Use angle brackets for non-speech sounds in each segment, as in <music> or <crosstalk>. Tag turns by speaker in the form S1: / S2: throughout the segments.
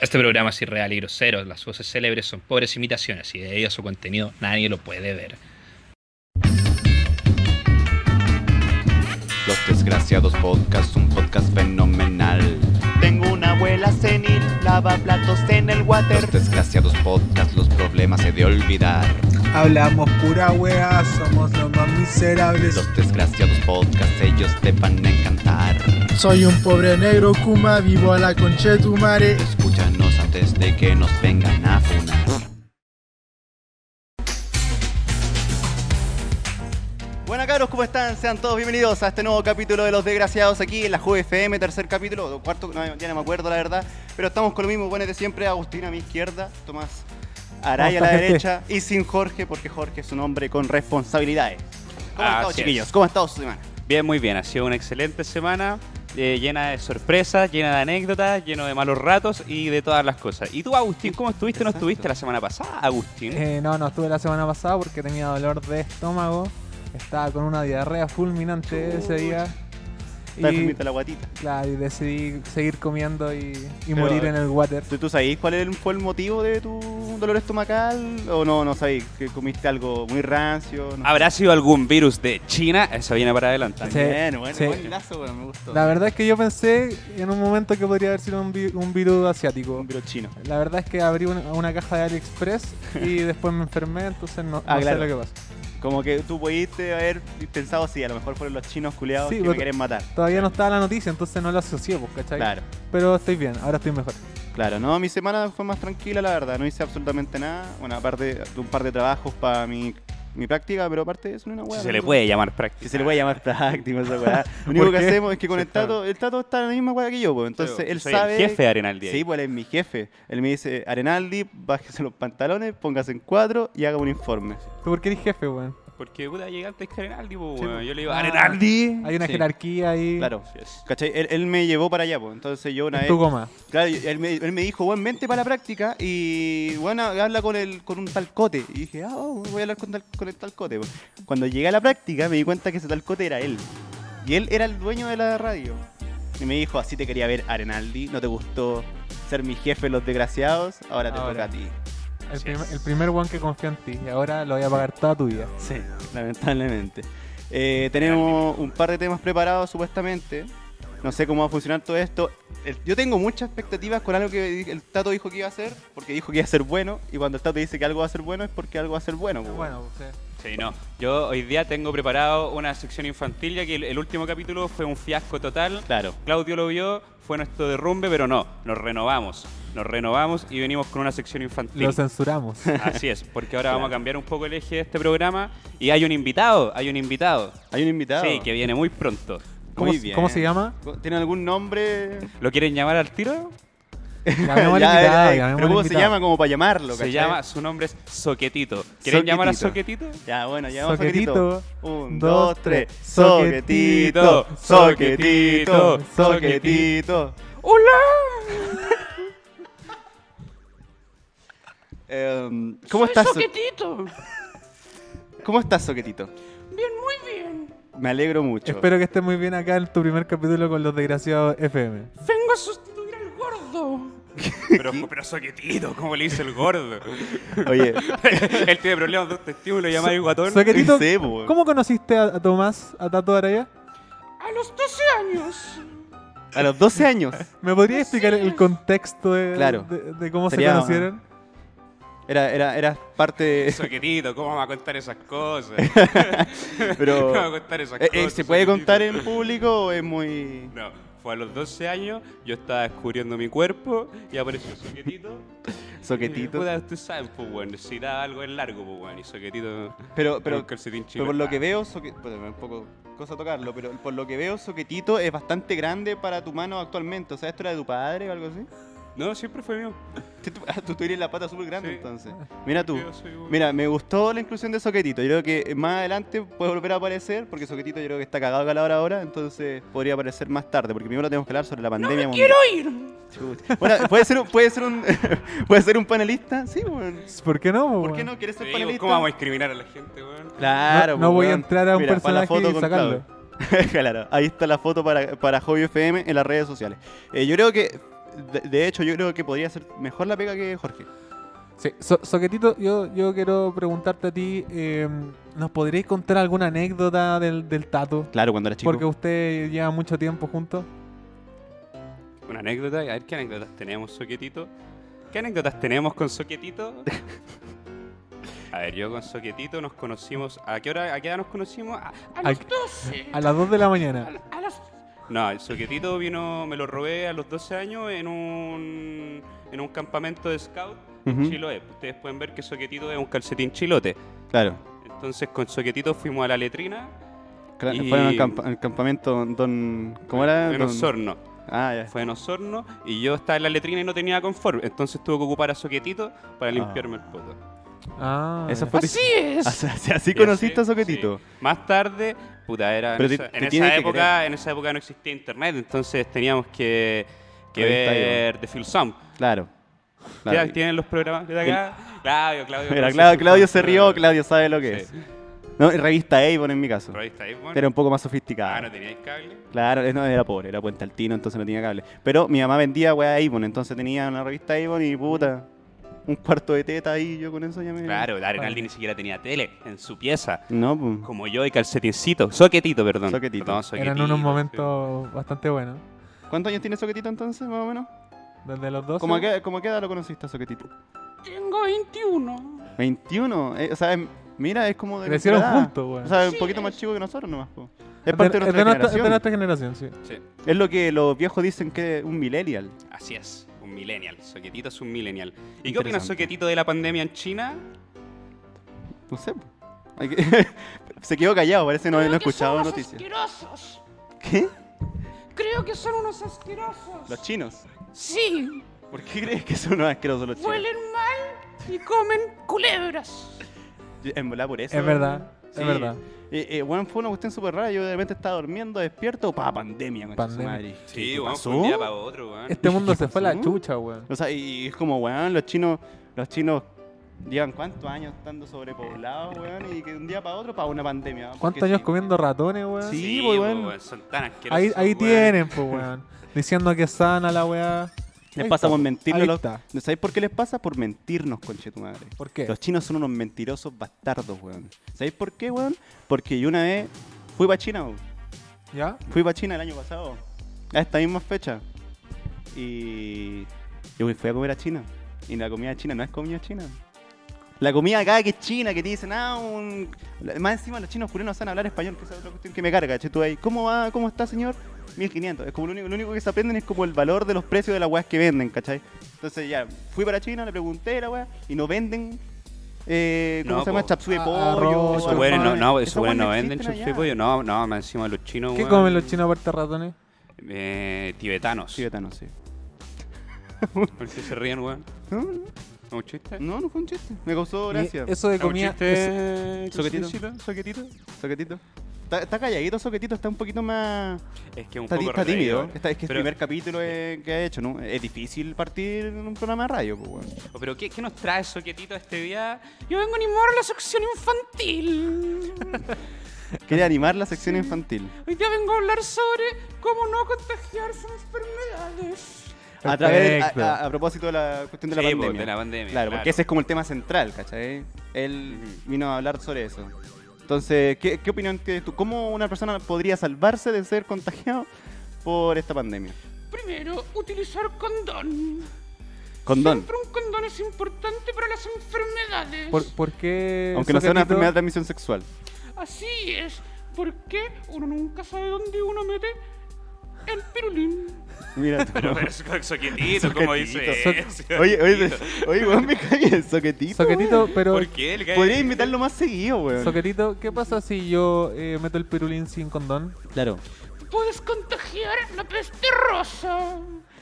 S1: Este programa es irreal y grosero. Las voces célebres son pobres imitaciones y debido a su contenido nadie lo puede ver.
S2: Los Desgraciados Podcast, un podcast fenomenal.
S3: Tengo una abuela senil, lava platos en el water.
S2: Los Desgraciados Podcast, los problemas se de olvidar.
S4: Hablamos pura wea, somos los más miserables.
S2: Los Desgraciados Podcast, ellos te van a encantar.
S5: Soy un pobre negro Kuma, vivo a la conchetumare.
S2: Escúchanos antes de que nos vengan a funar.
S3: Buenas caros, ¿cómo están? Sean todos bienvenidos a este nuevo capítulo de Los Desgraciados aquí en la JFM, tercer capítulo, o cuarto, no, ya no me acuerdo la verdad, pero estamos con los mismos buenos de siempre, Agustín a mi izquierda, Tomás Araya a la
S6: ¿Cómo estás,
S3: derecha y sin Jorge, porque Jorge es un hombre con responsabilidades. ¿Cómo han
S6: Así
S3: estado,
S6: es.
S3: chiquillos? ¿Cómo ha estado su semana?
S6: Bien, muy bien. Ha sido una excelente semana, eh, llena de sorpresas, llena de anécdotas, lleno de malos ratos y de todas las cosas. ¿Y tú, Agustín, cómo estuviste o no
S3: Exacto.
S6: estuviste la semana pasada, Agustín?
S5: Eh, no, no estuve la semana pasada porque tenía dolor de estómago. Estaba con una diarrea fulminante ese día.
S3: Está
S5: Y,
S3: enfermita la guatita.
S5: claro, y decidí seguir comiendo y, y
S3: Pero,
S5: morir
S3: eh,
S5: en el water.
S3: ¿Tú, tú sabés cuál fue el motivo de tu dolor estomacal? ¿O no, no sabéis? ¿Que comiste algo muy rancio? No.
S6: ¿Habrá sido algún virus de China? Eso viene para adelante.
S5: Sí.
S3: Bien, bueno,
S5: sí.
S3: buen lazo, bueno, me gustó.
S5: La verdad es que yo pensé en un momento que podría haber sido un, vi- un virus asiático.
S3: Un virus chino.
S5: La verdad es que abrí una, una caja de AliExpress
S3: <laughs>
S5: y después me enfermé, entonces no,
S3: Ah,
S5: no
S3: claro.
S5: sé lo que pasa.
S3: Como que tú pudiste haber pensado, sí, a lo mejor fueron los chinos culiados
S5: Sí,
S3: que me
S5: pero-
S3: quieren matar.
S5: Todavía no estaba la noticia, entonces no lo asocié, pues, ¿cachai?
S3: Claro,
S5: Pero estoy bien, ahora estoy mejor.
S3: claro. No, mi semana fue más tranquila, la verdad. No hice absolutamente nada. Bueno, aparte de un par de trabajos para mi, mi práctica, pero aparte de eso no es una
S6: Si
S3: hueá.
S6: se le
S3: ¿no?
S6: puede llamar
S3: Si
S6: práctica.
S3: se le puede llamar práctico esa
S6: <laughs>
S3: hueá. Lo único que
S5: qué?
S3: hacemos es que con el Tato,
S6: Exactamente.
S3: el Tato está en la misma hueá que yo, pues. Entonces él
S6: Soy
S3: sabe...
S6: El jefe de Arenaldi.
S3: Sí, pues él es mi jefe. Él me dice, Arenaldi, bájese los pantalones, póngase en cuatro y haga un informe.
S5: ¿Tú por qué eres jefe, weón?
S6: Porque puta, llega antes que Arenaldi, po,
S3: Sí,
S6: weón.
S3: po.
S6: Yo le digo,
S5: Ah.
S6: ¡Arenaldi!
S5: Hay una
S3: Sí.
S5: jerarquía ahí.
S3: Claro.
S6: Así es.
S3: ¿Cachai? Él, él me llevó para allá, pues. Entonces yo una
S5: Es
S3: vez...
S5: tu goma.
S3: Claro, y él me, él me dijo, bueno, vente para la práctica y bueno, habla con el con un talcote. Y dije, ah, oh, voy a hablar con, tal- con el talcote. po. Cuando llegué a la práctica me di cuenta que ese talcote era él. Y él era el dueño de la radio. Y me dijo, así te quería ver Arenaldi, no te gustó ser mi jefe los desgraciados, ahora te
S5: Ahora.
S3: toca a ti.
S5: El,
S6: Así
S5: primer-
S6: es.
S5: el primer one que confía en ti y ahora lo voy a pagar toda tu vida.
S3: Sí, lamentablemente. Eh, tenemos un par de temas preparados supuestamente. No sé cómo va a funcionar todo esto. El- yo tengo muchas expectativas con algo que di- el Tato dijo que iba a hacer, porque dijo que iba a ser bueno, y cuando el Tato dice que algo va a ser bueno es porque algo va a ser bueno. pues,
S5: Bueno, pues,
S6: Sí, no. Yo hoy día tengo preparado una sección infantil, ya que el, el último capítulo fue un fiasco total.
S3: Claro.
S6: Claudio lo vio, fue nuestro derrumbe, pero no, nos renovamos. Nos renovamos y venimos con una sección infantil.
S5: lo censuramos.
S3: <laughs>
S6: Así es, porque ahora vamos a cambiar un poco el eje de este programa y hay un invitado, hay un invitado.
S3: Hay un invitado.
S6: Sí, que viene muy pronto.
S5: ¿Cómo,
S3: Muy
S5: se-
S3: bien.
S5: ¿Cómo se
S3: <laughs>
S5: llama?
S3: ¿Tiene algún nombre?
S6: ¿Lo quieren llamar al tiro?
S5: Llamemos al
S3: <laughs> Ya, ya,
S5: invitado,
S3: ya.
S5: llamemos
S3: Pero
S5: al
S3: ¿cómo se
S5: invitado.
S3: llama? Como para llamarlo,
S6: Se
S3: ¿cachai?
S6: llama, su nombre es Soquetito. ¿Quieren llamar a Soquetito?
S3: Ya, bueno, ya vamos
S5: Soquetito.
S3: Un,
S5: dos,
S3: dos, tres.
S5: tres.
S3: Soquetito, soquetito,
S6: Soquetito.
S3: soquetito.
S6: ¡Hola!
S3: <laughs> Em, ¿Cómo estás? so-
S6: Soquetito!
S3: ¿Cómo estás, Soquetito?
S6: Bien, muy bien.
S3: Me alegro mucho.
S5: Espero que estés muy bien acá en tu primer capítulo con los desgraciados FM.
S6: Vengo a sustituir al gordo. Pero, pero Soquetito, ¿cómo le dice el gordo?
S3: Oye,
S6: Él tiene problemas de testículo, llama el guatón.
S5: Soquetito,
S3: Sí, po, weón.
S5: ¿cómo conociste a, a Tomás, a Tato Araya?
S7: A los 12 años.
S3: a los 12 años
S5: ¿Me podrías explicar el contexto de,
S3: Claro.
S5: de, de cómo
S3: Sería-
S5: se conocieron?
S3: era, era, eras parte de...
S6: <laughs> Soquetito, ¿cómo vamos a contar esas cosas? ¿Cómo vamos a
S3: <laughs> Pero...
S6: contar esas
S3: eh, eh,
S6: cosas?
S3: ¿Se puede
S6: Soquetito?
S3: contar en público o es muy...?
S6: No, fue a los 12 años, yo estaba descubriendo mi cuerpo y apareció Soquetito. Y,
S3: Soquetito.
S6: puta, ustedes saben, pues, weón, necesitaba algo en largo, pues, weón, y Soquetito...
S3: Pero,
S6: con un
S3: pero,
S6: calcetín chico.
S3: pero por lo que
S6: Ah,
S3: veo, Soque- puta, me da un poco cosa tocarlo, pero por lo que veo, Soquetito es bastante grande para tu mano actualmente. O sea, ¿esto era de tu padre o algo así?
S6: No, siempre fue mío.
S3: Sí, tú- <laughs> ah, Tú tienes la pata súper grande
S6: Sí.
S3: entonces. Mira tú.
S6: Yo soy un-
S3: Mira, me gustó la inclusión de Soquetito. Yo creo que más adelante puede volver a aparecer, porque Soquetito yo creo que está cagado acá a la hora ahora, entonces podría aparecer más tarde, porque primero tenemos que hablar sobre la pandemia mundial.
S7: Quiero ir.
S3: Chuta. Bueno, puede ser, un- puede ser un <laughs> puede ser un panelista, sí, bueno.
S5: ¿Por qué no?
S3: ¿Por
S5: weón?
S3: qué no quieres ser
S6: Sí,
S3: panelista?
S6: ¿Cómo vamos a discriminar a la gente, weón?
S3: Claro,
S5: No-
S3: pues,
S5: no voy a
S3: weón.
S5: entrar a un
S3: Mira, para la
S5: personaje y
S3: foto con
S5: sacarlo.
S3: <laughs> Claudio. claro, ahí está la foto para, para Hobby FM en las redes sociales. Eh, yo creo que de, de hecho, yo creo que podría ser mejor la pega que Jorge.
S5: Sí, So- Soquetito, yo, yo quiero preguntarte a ti, eh, ¿nos podríais contar alguna anécdota del, del Tato?
S3: Claro, cuando era chico.
S5: Porque usted lleva mucho tiempo juntos.
S6: Una anécdota, a ver qué anécdotas tenemos, Soquetito. ¿Qué anécdotas tenemos
S3: <laughs>
S6: con Soquetito? A ver, yo con Soquetito nos conocimos. ¿A qué hora, a qué edad nos conocimos? Ah,
S7: A
S5: Ay,
S7: los 12.
S5: A las 2 de
S3: <laughs>
S5: la mañana.
S7: A los...
S6: no, el Soquetito vino, me lo robé a los 12 años en un, en un campamento de scout en
S3: Ujú.
S6: Chiloé. Ustedes pueden ver que Soquetito es un calcetín chilote.
S3: Claro.
S6: Entonces con Soquetito fuimos a la letrina
S3: Cla-
S6: Y-
S3: Fueron al, camp- al campamento Don. ¿Cómo era?
S6: en
S3: Don-
S6: Osorno.
S3: Ah, ya.
S6: Fue en Osorno y yo estaba en la letrina y no tenía confort. Entonces tuve que ocupar a Soquetito para limpiarme el poto.
S5: Ah,
S3: Eso fue
S7: Así es.
S3: <laughs> Así, así
S6: Sí,
S3: conociste a
S6: sí,
S3: Soquetito.
S6: sí. Más tarde, puta, era en
S3: Pero te-
S6: esa,
S3: te
S6: en esa
S3: tiene que
S6: época, en esa época no existía internet, entonces teníamos que, que
S3: Revista
S6: ver The Phil Song.
S3: Claro. Claro.
S6: ¿Ya tienen los programas de acá? Claudio, Claudio.
S3: Mira, Claudio,
S6: conoce Phil
S3: Claudio
S6: Song,
S3: se rió, Claudio sabe lo que
S6: Sí.
S3: es. No, revista Avon en mi caso.
S6: Revista ahí, bueno.
S3: Era un poco más
S6: Ah,
S3: sofisticada.
S6: no teníais cable.
S3: Claro, eh, no, era pobre, era puente altino, entonces no tenía cable. Pero mi mamá vendía weá Avon, entonces tenía una revista Avon y puta. Un cuarto de teta ahí, yo con eso ya me.
S6: Claro, la Arenaldi ni siquiera tenía tele en su pieza.
S3: No, pues.
S6: Como yo y calcetincito. Soquetito, perdón.
S3: Soquetito.
S6: Perdón, soquetito,
S5: eran unos
S6: sí.
S5: momentos bastante buenos.
S3: ¿Cuántos años tiene Soquetito entonces, más o menos?
S5: Desde los 12.
S3: ¿Cómo a, qué, cómo a qué edad lo conociste a Soquetito?
S7: Tengo 21.
S3: 21. eh, o sea, em- mira, es como de.
S5: Crecieron
S3: nuestra edad.
S5: juntos, weón.
S3: O sea, un
S7: Sí.
S3: poquito más chico que nosotros nomás, po. Es
S5: Es
S3: parte de nuestra
S5: nuestra- es de
S3: generación.
S5: nuestra generación, sí.
S6: Sí.
S3: Es lo que los viejos dicen que es un millennial.
S6: Así es, un millennial. Soquetito es un millennial. ¿Y qué opinas,
S3: Interesante.
S6: Soquetito, de la pandemia en China?
S3: No sé. po. Hay que- <laughs> Se quedó callado, parece que no, no ha
S7: Creo que son
S3: escuchado
S7: unos
S3: noticias.
S7: asquerosos.
S3: ¿Qué?
S7: Creo que son unos asquerosos.
S3: Los chinos.
S7: Sí,
S3: ¿Por qué crees que son unos asquerosos los chinos?
S7: huelen mal y comen culebras.
S3: Yo- En volar por eso.
S5: Es verdad, es
S3: Sí.
S5: verdad.
S3: Eh, eh, bueno, fue una cuestión súper rara. Yo de repente estaba durmiendo, despierto. Pa, pandemia, con su
S5: Pandemia.
S3: madre. ¿Qué
S6: weón,
S3: pasó?
S6: fue un día para otro, weón.
S5: Este mundo
S3: ¿Qué
S5: se fue a la
S3: pasó?
S5: chucha, weón.
S3: O sea, y es como, weón, los chinos, los chinos llevan cuántos años estando sobrepoblados, weón, y que de un día para otro para una pandemia. porque
S5: ¿Cuántos años
S3: sí,
S5: comiendo ratones, weón?
S3: Sí,
S6: Sí,
S3: pues,
S6: pues,
S3: weón.
S6: weón, son tan asquerosos.
S5: Ahí, ahí
S6: weón.
S5: tienen, pues, weón. Diciendo que es sana la weá.
S3: Les
S5: Ahí
S3: pasa
S5: está,
S3: por
S5: po.
S3: mentirnos.
S5: Ahí
S3: los-
S5: está.
S3: ¿No sabéis por qué les pasa? Por mentirnos, conche tu madre.
S5: ¿Por qué?
S3: Los chinos son unos mentirosos bastardos, weón. ¿Sabéis por qué, weón? Porque yo una vez fui para China, weón.
S5: ¿Ya?
S3: Fui para China el año pasado, a esta misma fecha. Y yo fui a comer a China. Y la comida china no es comida china. La comida acá que es china, que te dicen, ah, un... Más encima los chinos culianos saben hablar español, que esa es otra cuestión que me carga, che, tú ahí. ¿Cómo va? ¿Cómo está, señor? 1500. Es como lo único, lo único que se aprenden es como el valor de los precios de las weas que venden, ¿cachai? Entonces ya, fui para China, le pregunté a la wea, y no venden... Eh, ¿Cómo
S6: No,
S3: se llama?
S6: po.
S3: Chapsui de
S5: Ah,
S3: pollo.
S5: arroz,
S6: Esos
S5: Los
S6: weones no,
S3: alfajores.
S6: no,
S3: Esas
S6: esos
S3: weas
S6: weones no venden
S3: existen
S6: chuchu y
S3: allá.
S6: pollo. No, no, más encima los chinos,
S5: ¿Qué
S6: weón,
S5: comen los chinos aparte de ratones?
S6: Eh, tibetanos.
S3: Tibetanos, sí.
S6: ¿Por qué se ríen, weón? ¿Es un chiste?
S3: No, no fue un chiste. Me causó gracia.
S5: Y Eso de
S6: ¿Es un
S5: comida. eso-
S6: chiste?
S3: Soquetito.
S6: chistecito? ¿Soquetito?
S3: Soquetito. Está, está calladito, Soquetito, está un poquito más.
S6: Es que un
S3: Está, ti-
S6: poco
S3: está tímido.
S6: reído.
S3: Está- es que es
S6: Pero-
S3: el primer capítulo eh, que ha hecho, ¿no? Es difícil partir en un programa de radio, pues, weón.
S6: ¿Pero qué, qué nos trae Soquetito este día?
S7: Yo vengo a animar la sección infantil.
S3: Quiere animar la sección infantil.
S7: Hoy día vengo a hablar sobre cómo no contagiarse de enfermedades.
S3: A, través de-
S5: Perfecto.
S3: a, a- a propósito de la cuestión de la
S6: Sí, po,
S3: pandemia.
S6: de la pandemia,
S3: Claro,
S6: claro.
S3: porque ese es como el tema central, ¿cachai? Él
S6: Ujú.
S3: vino a hablar sobre eso. Entonces, ¿qué, qué opinión tienes tú? ¿Cómo una persona podría salvarse de ser contagiado por esta pandemia?
S7: Primero, utilizar condón.
S3: Condón.
S7: Siempre un condón es importante para las enfermedades.
S5: ¿Por, por qué?
S3: Aunque no sea una
S5: Soquetito?
S3: enfermedad de transmisión sexual.
S7: Así es, porque uno nunca sabe dónde uno mete el pirulín.
S6: <laughs>
S3: Mira tú.
S6: Pero, pero so- Soquetito, ¿cómo dice?
S5: Soquetito.
S6: eso?
S3: Oye, oye,
S6: pues,
S3: <laughs> oye, weón, me cae el soquetito.
S5: Soquetito,
S3: weón.
S5: pero.
S6: ¿Por qué? Le cae-
S3: Podría invitarlo más seguido, weón.
S5: Soquetito, ¿qué pasa si yo eh, meto el pirulín sin condón?
S3: Claro.
S7: Puedes contagiar la peste rosa,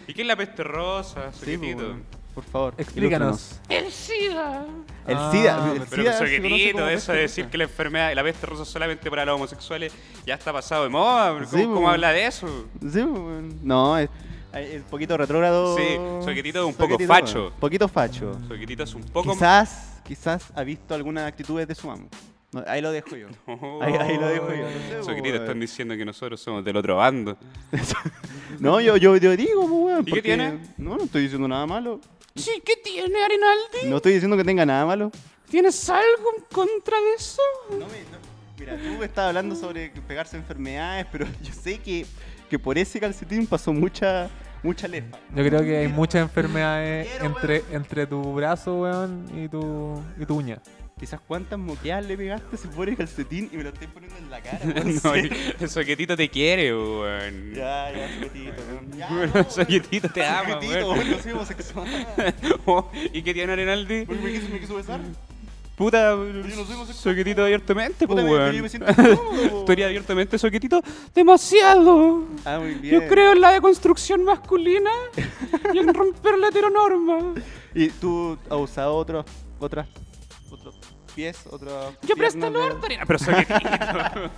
S6: ¿Y qué es la peste rosa,
S3: Sí, pues,
S6: Soquetito?
S3: weón. por favor.
S5: Explícanos.
S7: el SIDA,
S3: ilústranos. El
S5: Ah,
S3: SIDA. el
S5: pero
S6: Pero
S3: SIDA se conoce
S6: soquetito,
S3: como
S6: eso
S3: peste
S6: de decir
S3: rosa.
S6: que la enfermedad, la peste rosa es solamente para los homosexuales, ya está pasado de moda. ¿Cómo,
S3: Sí,
S6: cómo
S3: weón.
S6: habla de eso?
S3: <laughs> Sí, pues, weón. No, es, es poquito retrógrado.
S6: Sí, soquetito es un poco
S3: Soquetito, weón.
S6: facho.
S3: Poquito facho.
S6: Soquetito es un poco
S3: Quizás, quizás ha visto algunas actitudes de su amo. No, ahí lo
S6: <laughs>
S3: dejo yo.
S6: No. pues,
S3: Ahí, ahí lo dejo yo.
S6: Soquetito, Oh, están diciendo que nosotros somos del otro bando. <laughs>
S3: No, yo, yo, yo digo, pues, weón.
S6: ¿Y qué
S3: porque-
S6: tiene?
S3: No, no estoy diciendo nada malo.
S7: Sí, ¿qué tiene Arinaldi?
S3: No estoy diciendo que tenga nada malo.
S7: ¿Tienes algo en contra de eso?
S3: Mira, tú estabas hablando sobre que pegarse enfermedades, pero <laughs> yo sé que, que por ese calcetín pasó mucha, mucha lefa.
S5: Yo creo que hay muchas enfermedades entre, entre tu brazo, weón, y tu, y tu uña.
S3: Quizás cuántas moqueadas le pegaste se pone calcetín y me lo estoy poniendo en la cara. weón.
S6: No, <laughs> el soquetito te quiere, pues, weón.
S3: Ya, ya, soquetito. weón. Ya,
S6: Bueno, <laughs>
S3: weón.
S6: soquetito te ama,
S3: Soquetito,
S6: weón.
S3: weón, no soy homosexual.
S6: <laughs> Oh, ¿Y qué tiene Arenaldi?
S3: ¿Por qué me quiso, me quiso besar?
S6: Puta,
S3: no soy homosexual.
S6: soquetito abiertamente,
S3: Puta,
S6: pues,
S3: me- yo me
S6: weón.
S3: siento incómodo.
S6: <laughs> Historia abiertamente, soquetito. Demasiado.
S3: Ah, muy bien.
S7: Yo creo en la deconstrucción masculina y en romper
S5: <laughs>
S7: la heteronorma.
S3: ¿Y tú has usado otros, otras, otros pies, otros
S7: Yo presto el orto.
S6: Ah, Pero soquetito.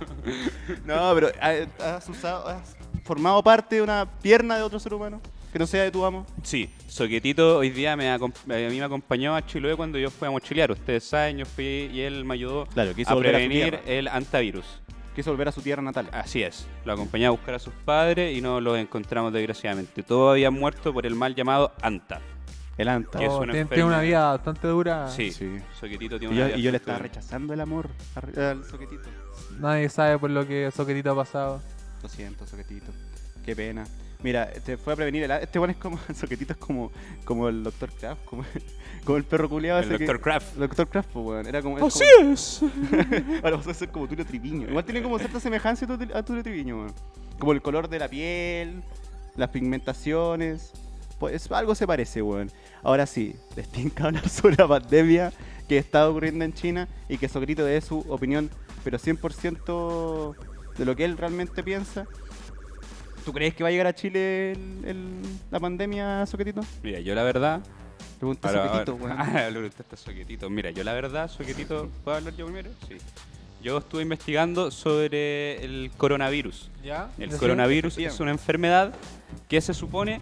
S3: No, pero ¿has- has usado, has formado parte de una pierna de otro ser humano que no sea de tu amo.
S6: <laughs> Sí, Soquetito hoy día me acom- a mí me acompañó a Chiloé cuando yo fui a mochilear. Ustedes saben, yo fui y él me ayudó
S3: Claro, quiso
S6: a
S3: volver a su
S6: prevenir
S3: tierra.
S6: el antivirus.
S3: Quiso volver a su tierra natal.
S6: Así es, lo acompañé a buscar a sus padres y no los encontramos desgraciadamente. Todos habían muerto por el mal llamado ANTA.
S3: El anta.
S6: Que es
S5: Oh,
S6: una
S5: tiene, tiene una
S6: enfermedad.
S5: vida bastante dura.
S6: Sí,
S3: Ah, sí.
S6: Soquetito tiene
S3: Y
S6: una
S3: yo,
S6: vida
S3: y yo le
S6: bastante
S3: estaba
S6: dura.
S3: rechazando el amor ar- al soquetito.
S5: Nadie sabe por lo que Soquetito ha pasado.
S3: Lo siento, soquetito. Qué pena. Mira, te fue a prevenir el a- Este bueno es como. <laughs> El soquetito es como, como el Dr. Kraft, como, como el perro culiado
S6: El Dr. Kraft.
S3: Doctor Kraft, pues, weón. Era como.
S7: Así
S3: es
S7: es.
S3: como- <laughs> Ahora vas a ser como Tulio Triviño. Igual tiene como cierta semejanza a Tulio- a Tulio Triviño, weón. Como el color de la piel, las pigmentaciones. Pues algo se parece, weón. Ahora sí, les tengo que hablar <laughs> sobre la pandemia que está ocurriendo en China y que Socrito dé su opinión, pero 100% de lo que él realmente piensa. ¿Tú crees que va a llegar a Chile el- el- la pandemia, Soquetito?
S6: Mira, yo la verdad.
S3: Pregunta
S6: Ahora,
S3: Soquetito,
S6: ahora- <laughs>
S3: weón.
S6: Ah, le preguntaste a Soquetito. Mira, yo la verdad, Soquetito, ¿puedo hablar yo primero? Sí. Yo estuve investigando sobre el coronavirus.
S5: ¿Ya?
S6: El coronavirus es una enfermedad que se supone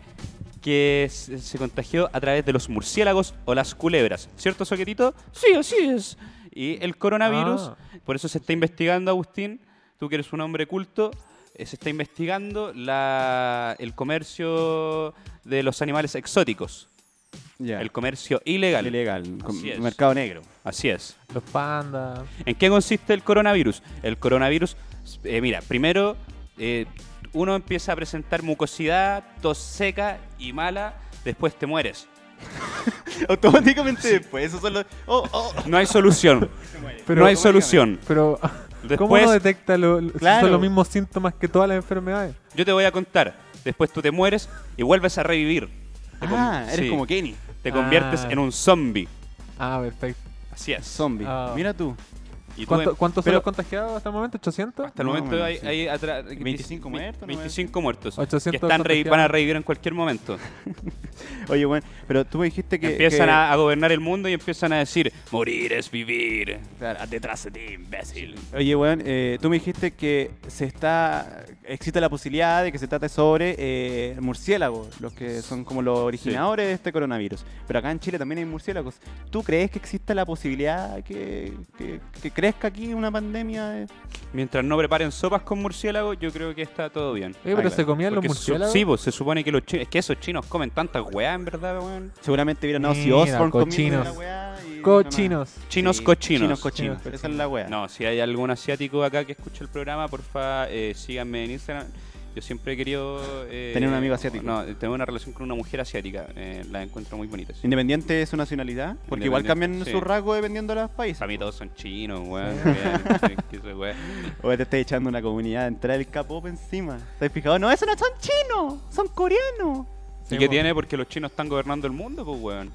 S6: que se se contagió a través de los murciélagos o las culebras. ¿Cierto, Soquetito? Sí, así es. Y el coronavirus,
S5: Ah.
S6: por eso se está investigando, Agustín, tú que eres un hombre culto, eh, se está investigando la- el comercio de los animales exóticos,
S3: Ya.
S6: el comercio ilegal.
S3: Ilegal, con-
S6: Así es.
S3: mercado negro.
S6: Así es.
S5: Los pandas.
S6: ¿En qué consiste el coronavirus? El coronavirus, eh, mira, primero eh, uno empieza a presentar mucosidad, tos seca y mala, después te mueres.
S3: <laughs> Automáticamente después, eso son los. Oh, oh.
S6: No hay solución. no hay solución.
S5: Pero, <laughs> ¿cómo
S6: Después-
S5: uno detecta lo, lo- si
S3: Claro.
S5: son los mismos síntomas que todas las enfermedades?
S6: Yo te voy a contar. Después tú te mueres y vuelves a revivir. Te con-
S3: Ah, eres
S6: sí,
S3: como Kenny.
S6: Te conviertes
S5: Ah.
S6: en un zombie.
S5: Ah, perfecto.
S6: Así es.
S3: Zombie.
S5: Ah.
S3: Mira tú.
S6: Y tú
S5: ¿Cuánto-
S6: en-
S5: ¿Cuántos
S6: pero
S5: son los contagiados hasta el momento? ¿800?
S6: Hasta el
S3: Más o
S6: momento
S3: menos,
S6: hay,
S3: sí.
S6: hay atrás-
S3: 25 muertos, ¿no?
S6: 25 muertos. que
S5: 800
S6: están revi- van a
S5: contagiados.
S6: revivir en cualquier momento.
S3: Oye, bueno, pero tú me dijiste que.
S6: empiezan
S3: que-
S6: A, a gobernar el mundo y empiezan a decir, morir es vivir.
S3: Claro.
S6: Detrás de ti, imbécil.
S3: Oye, weón, eh, tú me dijiste que se está. Existe la posibilidad de que se trate sobre eh, murciélagos, los que son como los originadores de este coronavirus. Pero acá en Chile también hay murciélagos. ¿Tú crees que existe la posibilidad que, que- que crezca aquí una pandemia? de-
S6: Mientras no preparen sopas con murciélago, yo creo que está todo bien.
S5: Oye, pero
S3: claro,
S5: se comían los
S6: Porque su-
S5: murciélagos.
S6: sí, pues, se supone que los chinos... Es que esos chinos comen tantas weas, en verdad, weón.
S3: Seguramente vieron a Ozzy
S5: Mira,
S3: Osbourne comiendo
S5: cochinos.
S3: la weá y-
S5: Cochinos.
S6: Chinos
S3: Sí,
S6: cochinos.
S3: Chinos cochinos. Esa es la weá.
S6: No, si hay algún asiático acá que escucha el programa, porfa, eh, síganme en Instagram. Yo siempre he querido... eh,
S3: Tener un amigo asiático.
S6: No, tener una relación con una mujer asiática. eh, la encuentro muy bonita. sí.
S3: Independiente de su nacionalidad, porque igual cambian
S6: Independiente, sí.
S3: su rasgo dependiendo de los países.
S6: Para mí todos son chinos, weón. weón, que
S5: <laughs>
S6: eso, weón.
S3: O te estás echando una comunidad entrar el K-pop encima. ¿Estás fijado? No, esos no son chinos, son coreanos.
S5: Sí,
S6: ¿Y qué
S5: po.
S6: tiene? Porque los chinos están gobernando el mundo, pues, weón.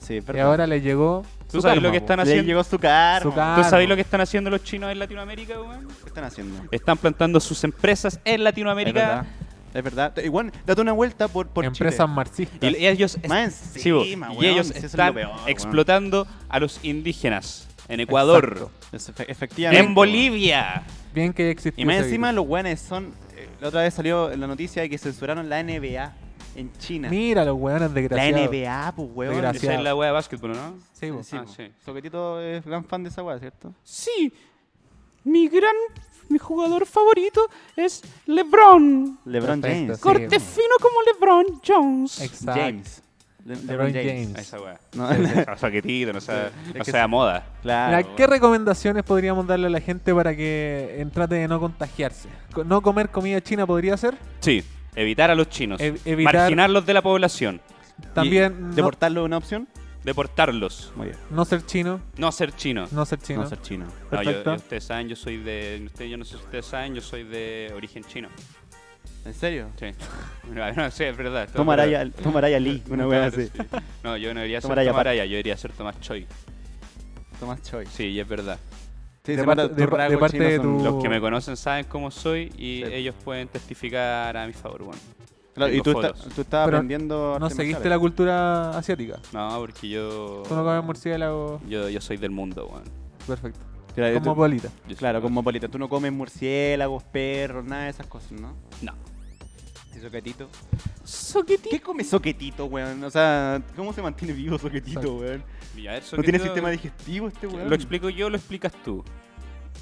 S3: Sí,
S5: Y
S3: perdón.
S5: ahora le llegó.
S6: ¿Tú
S5: su
S6: sabes lo
S5: karma,
S6: que
S5: po.
S6: están
S3: Le
S6: haciendo?
S3: llegó su karma.
S5: Su karma.
S6: ¿Tú sabes lo que están haciendo los chinos en Latinoamérica, weón?
S3: ¿Qué están haciendo?
S6: Están plantando sus empresas en
S3: Es
S6: Latinoamérica.
S3: verdad. Es verdad. Te- Igual, date una vuelta por, por
S5: Empresas
S3: Chile.
S5: marxistas.
S6: Y ellos, es-
S3: Más
S6: sí, po.
S3: encima,
S6: y
S3: weón,
S6: ellos
S3: si eso es
S6: están
S3: lo peor, weón.
S6: explotando a los indígenas en Ecuador,
S3: Es efe- Efectivamente.
S6: en
S3: weón.
S6: Bolivia.
S5: Bien que existió.
S3: Y más
S5: ese
S3: encima
S5: virus.
S3: los weones son... eh, La otra vez salió en la noticia de que censuraron la NBA. en China.
S5: Mira los weones
S3: La
S5: desgraciados.
S3: NBA, pues, weón.
S5: Desgraciado.
S6: Esa es la wea de básquetbol, ¿no?
S5: Sí, po.
S3: Sí, pues.
S6: Ah,
S3: po.
S6: sí.
S3: Soquetito es gran fan de esa weá, ¿cierto?
S7: Sí, mi gran, mi jugador favorito es LeBron.
S3: LeBron
S5: Perfecto,
S3: James.
S5: sí,
S7: Corte
S5: po.
S7: fino como LeBron Jones.
S5: Exacto.
S3: James. Le-
S5: LeBron James.
S6: A Esa <laughs> wea.
S3: <laughs> No,
S6: Soquetito, no sea,
S3: que
S6: no
S3: sí.
S6: sea moda.
S3: claro.
S5: Mira, ¿Qué recomendaciones podríamos darle a la gente para que eh, trate de no contagiarse? Co- ¿No comer comida china podría ser?
S6: Sí, evitar a los chinos.
S5: Ev- evitar-
S6: Marginarlos de la población.
S5: También no,
S3: ¿Deportarlo es una opción?
S6: Deportarlos.
S3: Muy bien.
S5: no ser chino,
S6: No ser chino.
S5: no ser chino.
S3: No ser chino.
S6: No, yo-
S5: Perfecto.
S6: yo- ustedes saben, yo soy de. Ustedes, yo no sé si ustedes saben, yo soy de origen chino. <laughs>
S3: ¿En serio?
S6: Sí. No, no, sí, es verdad. esto es
S3: Tom
S6: verdad.
S3: Araya, Tom Araya Lee, una
S6: Claro,
S3: weá así.
S6: sí. No, yo no debería ser
S3: Tom Araya
S6: Tom
S3: Park.
S6: Araya, yo debería ser Tomás Choi.
S3: Tomás Choi.
S6: Sí, y es verdad.
S3: Sí,
S5: De
S3: se
S5: parte-
S3: mata-
S5: de
S3: tus
S5: pa- de
S3: rasgos
S5: parte
S3: chinos
S5: de
S3: son-
S5: tu-
S6: Los que me conocen saben cómo soy
S3: Sí.
S6: y ellos pueden testificar a mi favor. Bueno,
S3: Claro, y
S6: tengo
S3: tú, está-
S6: fotos.
S3: tú estabas
S5: Pero
S3: aprendiendo.
S5: No
S3: artes
S5: seguiste la
S3: marciales.
S5: cultura asiática.
S6: no, porque yo.
S5: Tú no comes murciélago.
S6: Yo, yo soy del mundo, bueno.
S5: Perfecto.
S3: Claro,
S5: Como
S3: tú-
S5: bolita.
S6: Yo soy-
S3: Claro, como polita. Tú no comes murciélagos, perros, nada de esas cosas, ¿no?
S6: No.
S3: ¿Y soquetito?
S7: Soquetito.
S3: ¿Qué come soquetito, weón? O sea, ¿cómo se mantiene vivo soquetito,
S5: Exacto.
S3: weón?
S6: Y a ver,
S3: ¿No tiene
S6: Soquetito,
S3: sistema digestivo este weón?
S6: Lo explico yo, lo explicas tú.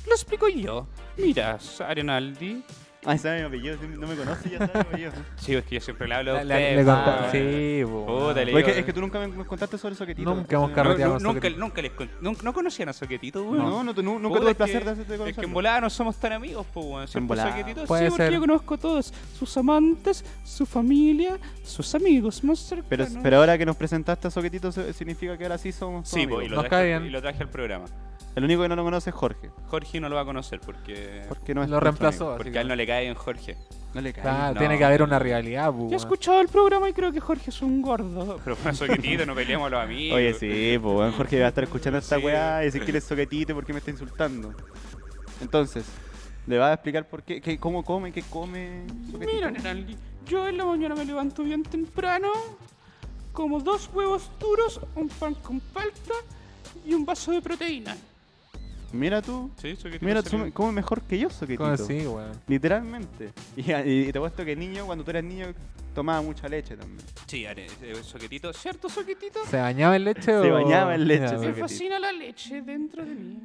S6: Lo explico yo. Mira, Arenaldi.
S3: Ay, sabe Ah, mi apellido, si no me conoce, ya sabe mi apellido.
S6: Sí, es que yo siempre <laughs> le hablo a
S5: La- la-
S6: ustedes.
S5: le
S6: po,
S5: conta-
S6: weón.
S5: sí, po,
S6: Puta,
S5: weón.
S6: le
S3: Porque
S6: digo,
S3: es que tú nunca me me contaste sobre soquetito.
S5: Nunca
S3: entonces-
S5: hemos
S6: No,
S5: carreteado
S6: no, nunca,
S5: Soquetito.
S6: nunca les con- nunca, no conocían a Soquetito, weón.
S3: No, no, tú nu- nunca
S6: Puta,
S3: tuve el
S6: es que-
S3: placer de este hacerte
S6: Es
S3: conocer.
S6: que en volada no somos tan amigos, po, weón. Siempre
S3: volada.
S6: Soquetito, sí,
S5: Puede
S6: porque
S5: ser.
S6: yo conozco a todos. Sus amantes, su familia, sus amigos más
S3: Pero,
S6: cercanos.
S3: pero ahora que nos presentaste a Soquetito, se- significa que ahora sí somos.
S6: Sí, po,
S3: pues.
S6: y lo,
S5: Nos
S6: traje,
S5: cae bien.
S6: y lo traje al programa.
S3: El único que no lo conoce es Jorge.
S6: Jorge no lo va a conocer porque...
S3: Porque no es
S5: Lo
S3: nuestro
S5: reemplazó.
S3: amigo.
S5: así
S6: Porque
S5: que-
S6: a él no le cae bien Jorge.
S3: No le cae.
S5: Ah,
S6: no.
S5: Tiene que haber una rivalidad. po,
S7: Yo he
S5: weón.
S7: escuchado el programa y creo que Jorge es un gordo.
S6: Pero bueno, Soquetito, no peleamos a los amigos.
S3: Oye, sí, pues weón, Jorge va a estar escuchando esta
S6: Sí.
S3: weá y decir que eres soquetito porque me está insultando. Entonces, ¿le vas a explicar por qué? qué- ¿Cómo come? ¿Qué come? Soquetito?
S7: Mira, Renaldi, yo en la mañana me levanto bien temprano, como dos huevos duros, un pan con palta y un vaso de proteína.
S3: Mira tú.
S6: Sí, Soquetito.
S3: Mira,
S6: se
S3: tú
S6: le-
S3: come mejor que yo, soquetito.
S5: ¿Cómo así, weón?
S3: Literalmente. <laughs> Y, y te puesto que niño, cuando tú eras niño, tomaba mucha leche también.
S6: Sí, are- eh, Soquetito. ¿Cierto, Soquetito?
S5: ¿Se bañaba en leche o...?
S3: Se bañaba en leche,
S5: Ya,
S3: sí.
S7: Me
S3: Soquetito.
S7: fascina la leche dentro de mí.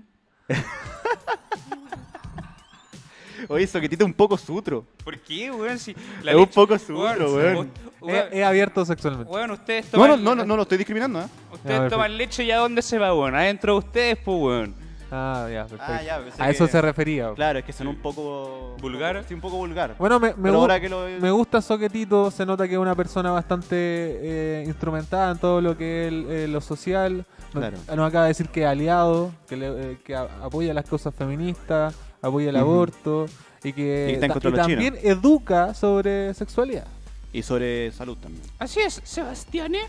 S3: Oye, soquetito un poco sutro.
S6: ¿Por qué, weón? Si
S3: Es un
S6: leche-
S3: poco sucio,
S6: Weón,
S3: weón. Eh,
S6: u-
S5: He,
S6: weón,
S5: he abierto sexualmente.
S6: weón, ustedes
S3: No,
S6: toman,
S3: no, no, no, no lo estoy discriminando, ¿eh?
S6: Ustedes
S5: A ver,
S6: toman leche y a dónde se va, weón. Adentro de ustedes, pues, weón.
S5: Ah, ya, perfecto.
S3: ya, pensé
S5: a eso
S3: que-
S5: se refería. po.
S3: Claro, es que son un poco.
S6: ¿Vulgar?
S3: Sí, un poco vulgar.
S5: Bueno, me, me
S3: Pero
S5: gu-
S3: ahora que lo.
S5: Me gusta Soquetito, se nota que es una persona bastante eh, instrumentada en todo lo que es el- eh, lo social. Nos,
S3: Claro.
S5: nos acaba de decir que es aliado, que, le- eh, que a- apoya las cosas feministas, apoya el
S3: Ujú.
S5: aborto y
S3: Y que
S5: que
S3: está en
S5: ta-
S3: contra de los
S5: también educa sobre sexualidad.
S3: Y sobre salud también.
S7: Así es, Sebastiane.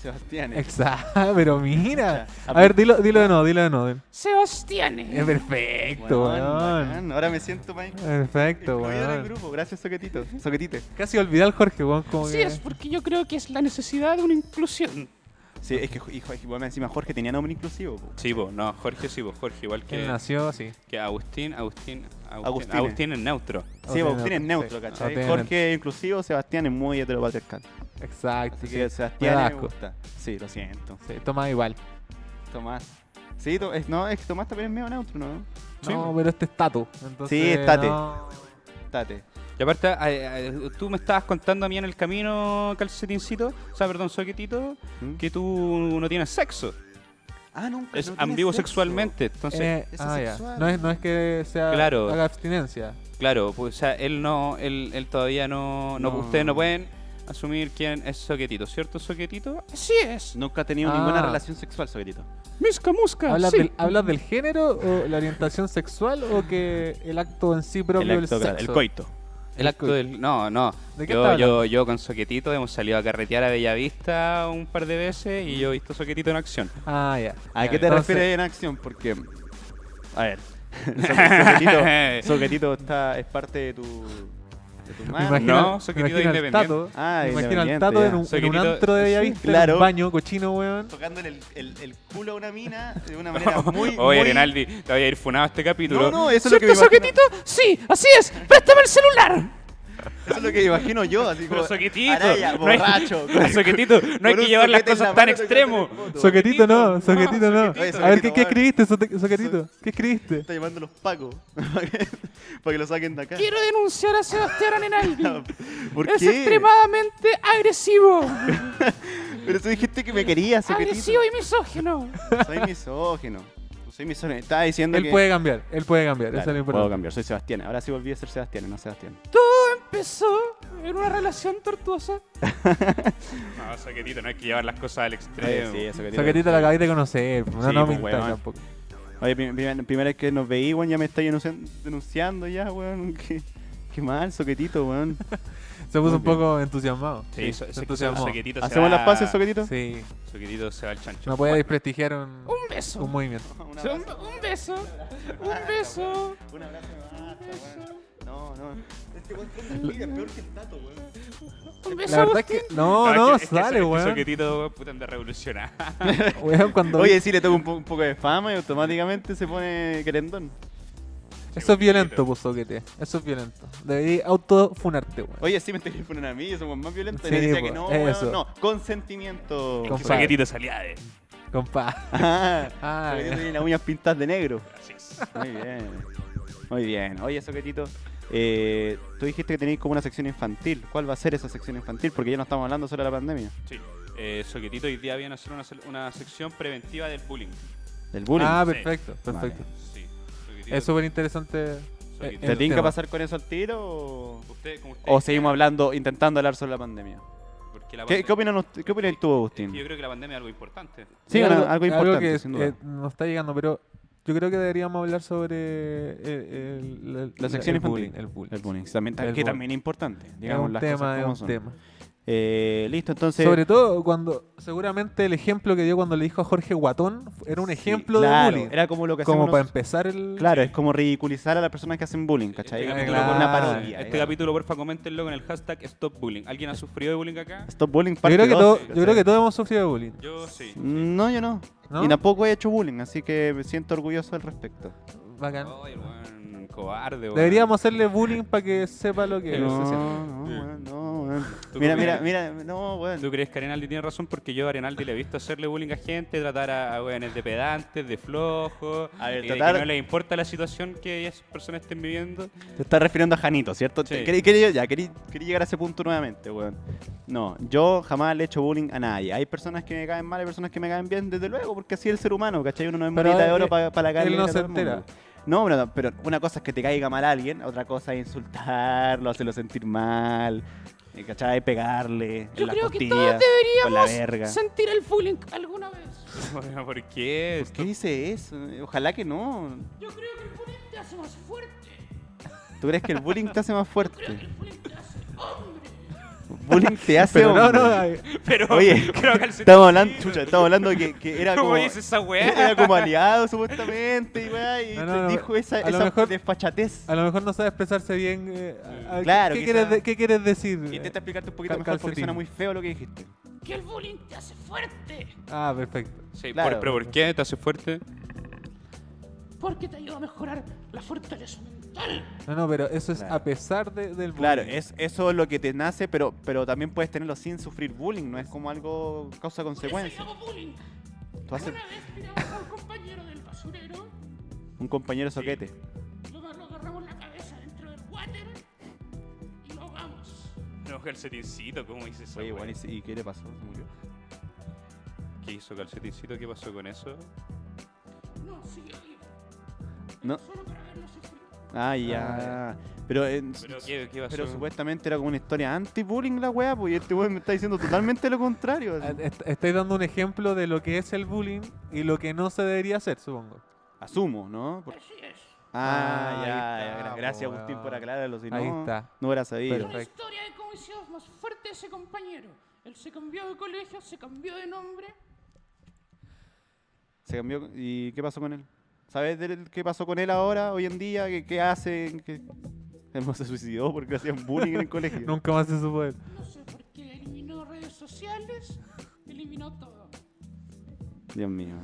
S3: Sebastián. eh.
S5: <laughs> Exacto, pero mira.
S3: Escucha,
S5: A ver, dilo, dilo de nuevo, dilo de nuevo. dilo. Es
S7: Sebastiane.
S5: perfecto,
S3: Weón,
S5: weón.
S3: bacán. Ahora me siento más
S5: Perfecto,
S3: incluido en el
S5: weón.
S3: grupo. Gracias, Soquetito. Soquetite.
S5: Casi olvidé al Jorge, weón. Como
S7: Así
S5: que-
S7: es, porque yo creo que es la necesidad de una inclusión.
S3: Sí, es que hijo, hijo, encima Jorge tenía nombre inclusivo. po.
S6: Sí, pues, no, Jorge sí, pues, Jorge, igual
S5: Él
S6: que,
S5: nació así.
S6: que Agustín, Agustín, Agustín,
S3: Agustine.
S6: Agustín es neutro.
S3: Sí,
S5: O
S3: vos
S5: tiene-
S3: tienes neutro,
S5: sí, o
S3: ¿cachai?
S5: tiene-
S3: Jorge es inclusivo, Sebastián es muy heteropatriarcal.
S5: Exacto.
S3: Así
S5: sí.
S3: que
S5: Me da
S3: Sebastián me
S5: asco.
S3: gusta. Sí, lo siento.
S5: Sí, toma igual.
S3: Tomás. Sí, to- es- no, es que Tomás también es medio neutro, ¿no?
S5: No, pero este es Tatu. Entonces,
S3: Sí, es Tate.
S5: no.
S3: Tate.
S6: Y aparte, ah, eh, ah, tú me estabas contando a mí en el camino, calcetincito, o sea, perdón, soquetito,
S3: ¿Mm?
S6: que tú no tienes sexo.
S3: Ah, nunca.
S6: Es
S3: no tiene
S6: ambiguo
S3: sexo.
S6: sexualmente, entonces,
S5: Eh,
S3: es
S5: ah, ya.
S3: asexual.
S5: No es, no es que sea
S6: Claro.
S5: haga abstinencia.
S6: claro, pues, o sea, él no, él, él todavía no, no,
S3: No.
S6: ustedes no pueden asumir quién es soquetito, ¿cierto, soquetito?
S7: Así es,
S3: Nunca ha tenido
S5: Ah.
S3: ninguna relación sexual, Soquetito.
S7: Misca Musca.
S5: ¿Hablas,
S7: sí.
S5: del, ¿Hablas del género o la orientación sexual o que el acto en sí propio del
S3: acto, claro,
S5: sexo?
S3: coito.
S6: El acto del... No, no.
S5: ¿De qué está
S6: Yo,
S5: hablando?
S6: yo, yo con Soquetito hemos salido a carretear a Bellavista un par de veces y yo he visto Soquetito en acción.
S5: Ah, ya.
S3: ¿A
S5: Ya,
S3: qué te
S5: entonces-
S3: refieres en acción? Porque. A ver. Soquetito, Soquetito está, es parte de tu. de tu
S5: Me
S3: mano.
S5: imagino,
S6: No, soy
S5: me
S6: querido
S5: imagino al
S6: independiente.
S5: Tato.
S3: Ah,
S5: me imagino al
S3: independiente,
S5: Tato en
S3: ya.
S5: un,
S6: Soy
S5: en un
S6: querido-
S5: antro de
S6: sí,
S5: Bellavista, en
S3: claro.
S5: un baño cochino, weón.
S3: tocándole el, el- el culo a una mina de una manera muy.
S6: Oye,
S3: muy...
S6: Renaldi, te voy a ir funado este
S3: No,
S6: capítulo.
S3: no, eso es lo que
S7: ¿Cierto,
S3: me imagino.
S7: Soquetito? Sí, así es. Préstame el celular.
S3: Eso es lo que imagino yo, así como.
S6: Pero soquetito.
S3: Araya,
S6: no hay- <laughs>
S3: borracho.
S6: soquetito, no hay
S3: con
S6: que
S3: un
S6: llevar las
S3: soquete en la
S6: cosas tan
S3: mano y
S6: extremo.
S3: sacándole foto.
S5: Soquetito no, soquetito no.
S3: Oye,
S5: A ver,
S3: soquetito,
S5: ¿qué, qué
S3: weón.
S5: escribiste, sote- soquetito? ¿Qué escribiste?
S3: Está llamando los pacos. <laughs> para que lo saquen de acá.
S7: Quiero denunciar a Sebastián Arenal.
S3: <laughs> ¿Por
S7: Es
S3: qué?
S7: extremadamente agresivo.
S3: Pero tú dijiste que me querías, soquetito.
S7: agresivo y misógino.
S3: Soy misógino. Soy misógino. Estaba diciendo
S5: Él
S3: que.
S5: puede cambiar, él puede cambiar,
S3: Claro,
S5: eso es lo
S3: puedo
S5: importante.
S3: cambiar, soy Sebastián. Ahora sí volví a ser Sebastián, no Sebastián.
S7: Empezó en una relación tortuosa.
S6: No, soquetito, no hay que llevar las cosas al
S3: Oye,
S6: extremo.
S3: sí, soquetito.
S5: Soquetito la acabáis de conocer, no,
S3: Sí,
S5: no
S3: pues,
S5: me interesa
S3: weón.
S5: tampoco.
S3: Oye, prim- prim- primera vez que nos veí, weón, ya me estáis denuncian- denunciando ya, weón. <laughs> Qué, qué mal, soquetito, weón.
S5: Se
S3: Muy
S5: puso un poco entusiasmado.
S6: Sí, so-
S5: se
S6: so-
S5: entusiasmó.
S6: soquetito se
S3: ¿Hacemos
S6: va-
S3: las pases, soquetito?
S5: Sí,
S6: Soquetito se va al chancho.
S5: no puede desprestigiar un,
S7: Un beso.
S5: un movimiento.
S3: Una
S7: Un, un beso. Un beso.
S3: Un abrazo me basta, weón. No, no. Este weón es peor que el tato, weón.
S7: Un beso.
S5: La verdad es que. No,
S6: es que-
S5: no,
S6: es que so-
S5: sale,
S6: es que
S5: weón.
S6: Soquetito, weón, puta, anda revolucionado.
S5: Weón, cuando.
S3: Oye, sí, le toca un, po- un poco de fama y automáticamente se pone querendón.
S5: Eso es violento, pues, soquete. Eso es violento. Deberí autofunarte, weón.
S3: Oye, sí, me estoy poniendo a mí, yo somos más violentos.
S5: Sí,
S3: y me decía
S5: po,
S3: que no, weón,
S5: eso.
S3: no. Consentimiento.
S5: Con-
S6: Que Soquetito salía de.
S5: Compa.
S3: <laughs> Ah,
S5: Ah,
S3: porque
S5: ya.
S3: tiene las uñas pintadas de negro.
S6: Así es.
S3: Muy bien. Muy bien. Oye, Soquetito, eh, tú dijiste que tenéis como una sección infantil. ¿Cuál va a ser esa sección infantil? Porque ya no estamos hablando solo de la pandemia.
S6: Sí. Eh, Soquetito hoy día viene a hacer una, sel- una sección preventiva del bullying.
S3: Del bullying.
S5: Ah,
S6: Sí.
S5: perfecto, perfecto.
S6: Sí. Soquetito-
S5: Es súper interesante.
S6: Soquetito.
S5: eh,
S3: ¿Te
S5: el
S3: tinca
S5: tema. Eh,
S3: pasar con eso al tiro o,
S6: Usted, como usted
S3: o Oh, seguimos hablando, intentando hablar sobre la pandemia?
S6: Porque la
S3: ¿Qué,
S6: pandemia-
S3: qué opinan ust- qué opinas tú,
S6: Yo
S3: Agustín?
S6: creo que la pandemia es algo importante. Este
S3: Sí,
S5: Y
S3: una- algo, importante,
S5: que
S3: sin duda.
S5: eh, nos está llegando, pero yo creo que deberíamos hablar sobre eh, eh, el- el-
S3: la sección
S5: el
S3: infantil.
S5: bullying. El bullying.
S3: El bullying. También,
S5: El
S3: que
S5: bullying.
S3: también es importante.
S5: Es
S3: Digamos,
S5: un
S3: las
S5: tema,
S3: cosas
S5: es
S3: como
S5: un
S3: son.
S5: tema.
S3: Eh, listo, entonces.
S5: Sobre todo cuando, seguramente el ejemplo que dio cuando le dijo a Jorge Guatón era un
S3: Sí,
S5: ejemplo
S3: claro,
S5: de bullying.
S3: Era como lo que
S5: como
S3: hacemos
S5: para
S3: nos-
S5: empezar el...
S3: Claro, es como ridiculizar a las personas que hacen bullying, ¿cachai?
S6: Este
S3: Es
S5: capítulo,
S3: como una
S5: claro.
S3: parodia.
S6: Este
S3: digamos.
S6: capítulo, porfa, coméntenlo con el hashtag Stop Bullying. ¿Alguien ha sufrido de bullying acá?
S3: Stop bullying
S5: Yo
S3: parte
S5: creo, que
S3: 12,
S5: todo- yo
S3: ¿cachai?
S5: creo que todos hemos sufrido de bullying.
S6: Yo sí.
S3: No, yo no.
S5: ¿No?
S3: Y tampoco he hecho bullying, así que me siento orgulloso al respecto.
S5: Bacán.
S6: Ay, el weón cobarde, weón.
S5: Deberíamos hacerle bullying para que sepa lo que
S3: No,
S5: se siente.
S3: no, weón, no,
S5: <laughs>
S3: weón.
S6: ¿Tú
S3: Mira,
S6: crees?
S3: mira, mira, no,
S6: ¿Tú
S3: weón.
S6: crees que Arenaldi tiene razón? Porque yo a Arenaldi le he visto hacerle bullying a gente, tratar a, a weones de pedantes, de flojos,
S3: A ver,
S6: y de
S3: tratar-
S6: que no les importa la situación que esas personas estén viviendo. <laughs>
S3: Te estás refiriendo a Janito, ¿cierto?
S6: Sí.
S3: Te- querí- querí- ya, querí, querí llegar a ese punto nuevamente, weón. No, yo jamás le he hecho bullying a nadie. Hay personas que me caen mal, hay personas que me caen bien, desde luego, porque así es el ser humano, ¿cachai? Uno no es
S5: Pero
S3: moneda de
S5: él-
S3: oro para la calle.
S5: él no se entera.
S3: No, no, no, pero una cosa es que te caiga mal alguien, otra cosa es insultarlo, hacerlo sentir mal, eh, ¿cachai? Pegarle.
S7: Yo
S3: en las
S7: creo que
S3: costillas,
S7: todos
S3: con la
S7: deberíamos
S3: verga.
S7: sentir el bullying alguna vez.
S6: Bueno, ¿Por qué?
S3: <laughs> ¿Por qué dice eso? Ojalá que no.
S7: Yo creo que el bullying te hace más fuerte.
S3: ¿Tú crees que el bullying te hace más fuerte?
S7: El bullying te hace hombre.
S3: Bullying te hace
S5: Pero no,
S3: hombre.
S5: no, ay,
S6: Pero, <laughs>
S3: Oye,
S6: pero acá el
S3: Estamos hablando,
S6: sentido-
S3: chucha, estamos hablando que, que era
S6: ¿Cómo
S3: como...
S6: dice esa weá?
S3: Era como aliado, supuestamente, y, weá, y
S5: No,
S3: te
S5: no, no,
S3: dijo esa,
S5: a lo
S3: esa
S5: mejor-
S3: desfachatez.
S5: a lo mejor no sabe expresarse bien. eh, a- a-
S3: Claro,
S5: ¿qué,
S3: quizá-
S5: quieres de- qué quieres decir?
S3: Intenta explicarte un poquito
S5: Cal-
S3: mejor porque
S5: calcetín.
S3: suena muy feo lo que dijiste.
S7: Que el bullying te hace fuerte.
S5: Ah, perfecto.
S6: Sí,
S3: Claro.
S6: por- pero ¿por qué te hace fuerte?
S7: Porque te ayuda a mejorar la fortaleza mental.
S5: No, no, pero eso es
S3: Claro.
S5: a pesar de- del bullying.
S3: Claro, es, eso es lo que te nace, pero, pero también puedes tenerlo sin sufrir bullying, no es como algo
S7: Por eso yo
S3: causa-consecuencia.
S7: hago bullying.
S3: Tú haces
S7: Una vez tiramos a un compañero del basurero,
S3: un compañero soquete.
S7: lo lo agarramos la cabeza dentro del water y lo vamos.
S6: No, calcetincito, ¿cómo dice esa
S3: Oye,
S6: weá?
S3: bueno, ¿y qué le pasó? ¿Se murió?
S6: ¿Qué hizo calcetincito? ¿Qué pasó con eso?
S7: No, sigue vivo.
S3: No.
S7: Solo para verlo sufrir.
S3: Ah, ya. Pero, eh,
S6: ¿Pero qué, qué pasó?
S3: pero supuestamente era como una historia anti-bullying la weá, pues y este weón me está diciendo totalmente lo contrario. así.
S5: Ah, est- Estoy dando un ejemplo de lo que es el bullying y lo que no se debería hacer, supongo.
S3: Asumo, ¿no? Por-
S7: Así es.
S3: Ah,
S5: Ah, ahí
S3: ya, ya,
S5: está,
S3: gra-
S5: po,
S3: Gracias, Agustín, por
S5: weón.
S3: aclararlo. Si
S5: Ahí
S3: no,
S5: está.
S3: no hubiera sabido.
S5: Perfecto.
S7: Una historia de cómo hicimos más fuerte a ese compañero. Él se cambió de colegio, se cambió de nombre.
S3: Se cambió. ¿Y qué pasó con él? ¿Sabes del- qué pasó con él ahora, hoy en día? ¿Qué, qué hace? ¿Qué- Él no se suicidó porque le hacían bullying en el
S5: <laughs>
S3: colegio.
S5: Nunca más se supo de él.
S7: No sé por qué eliminó redes sociales, eliminó todo.
S3: Dios mío.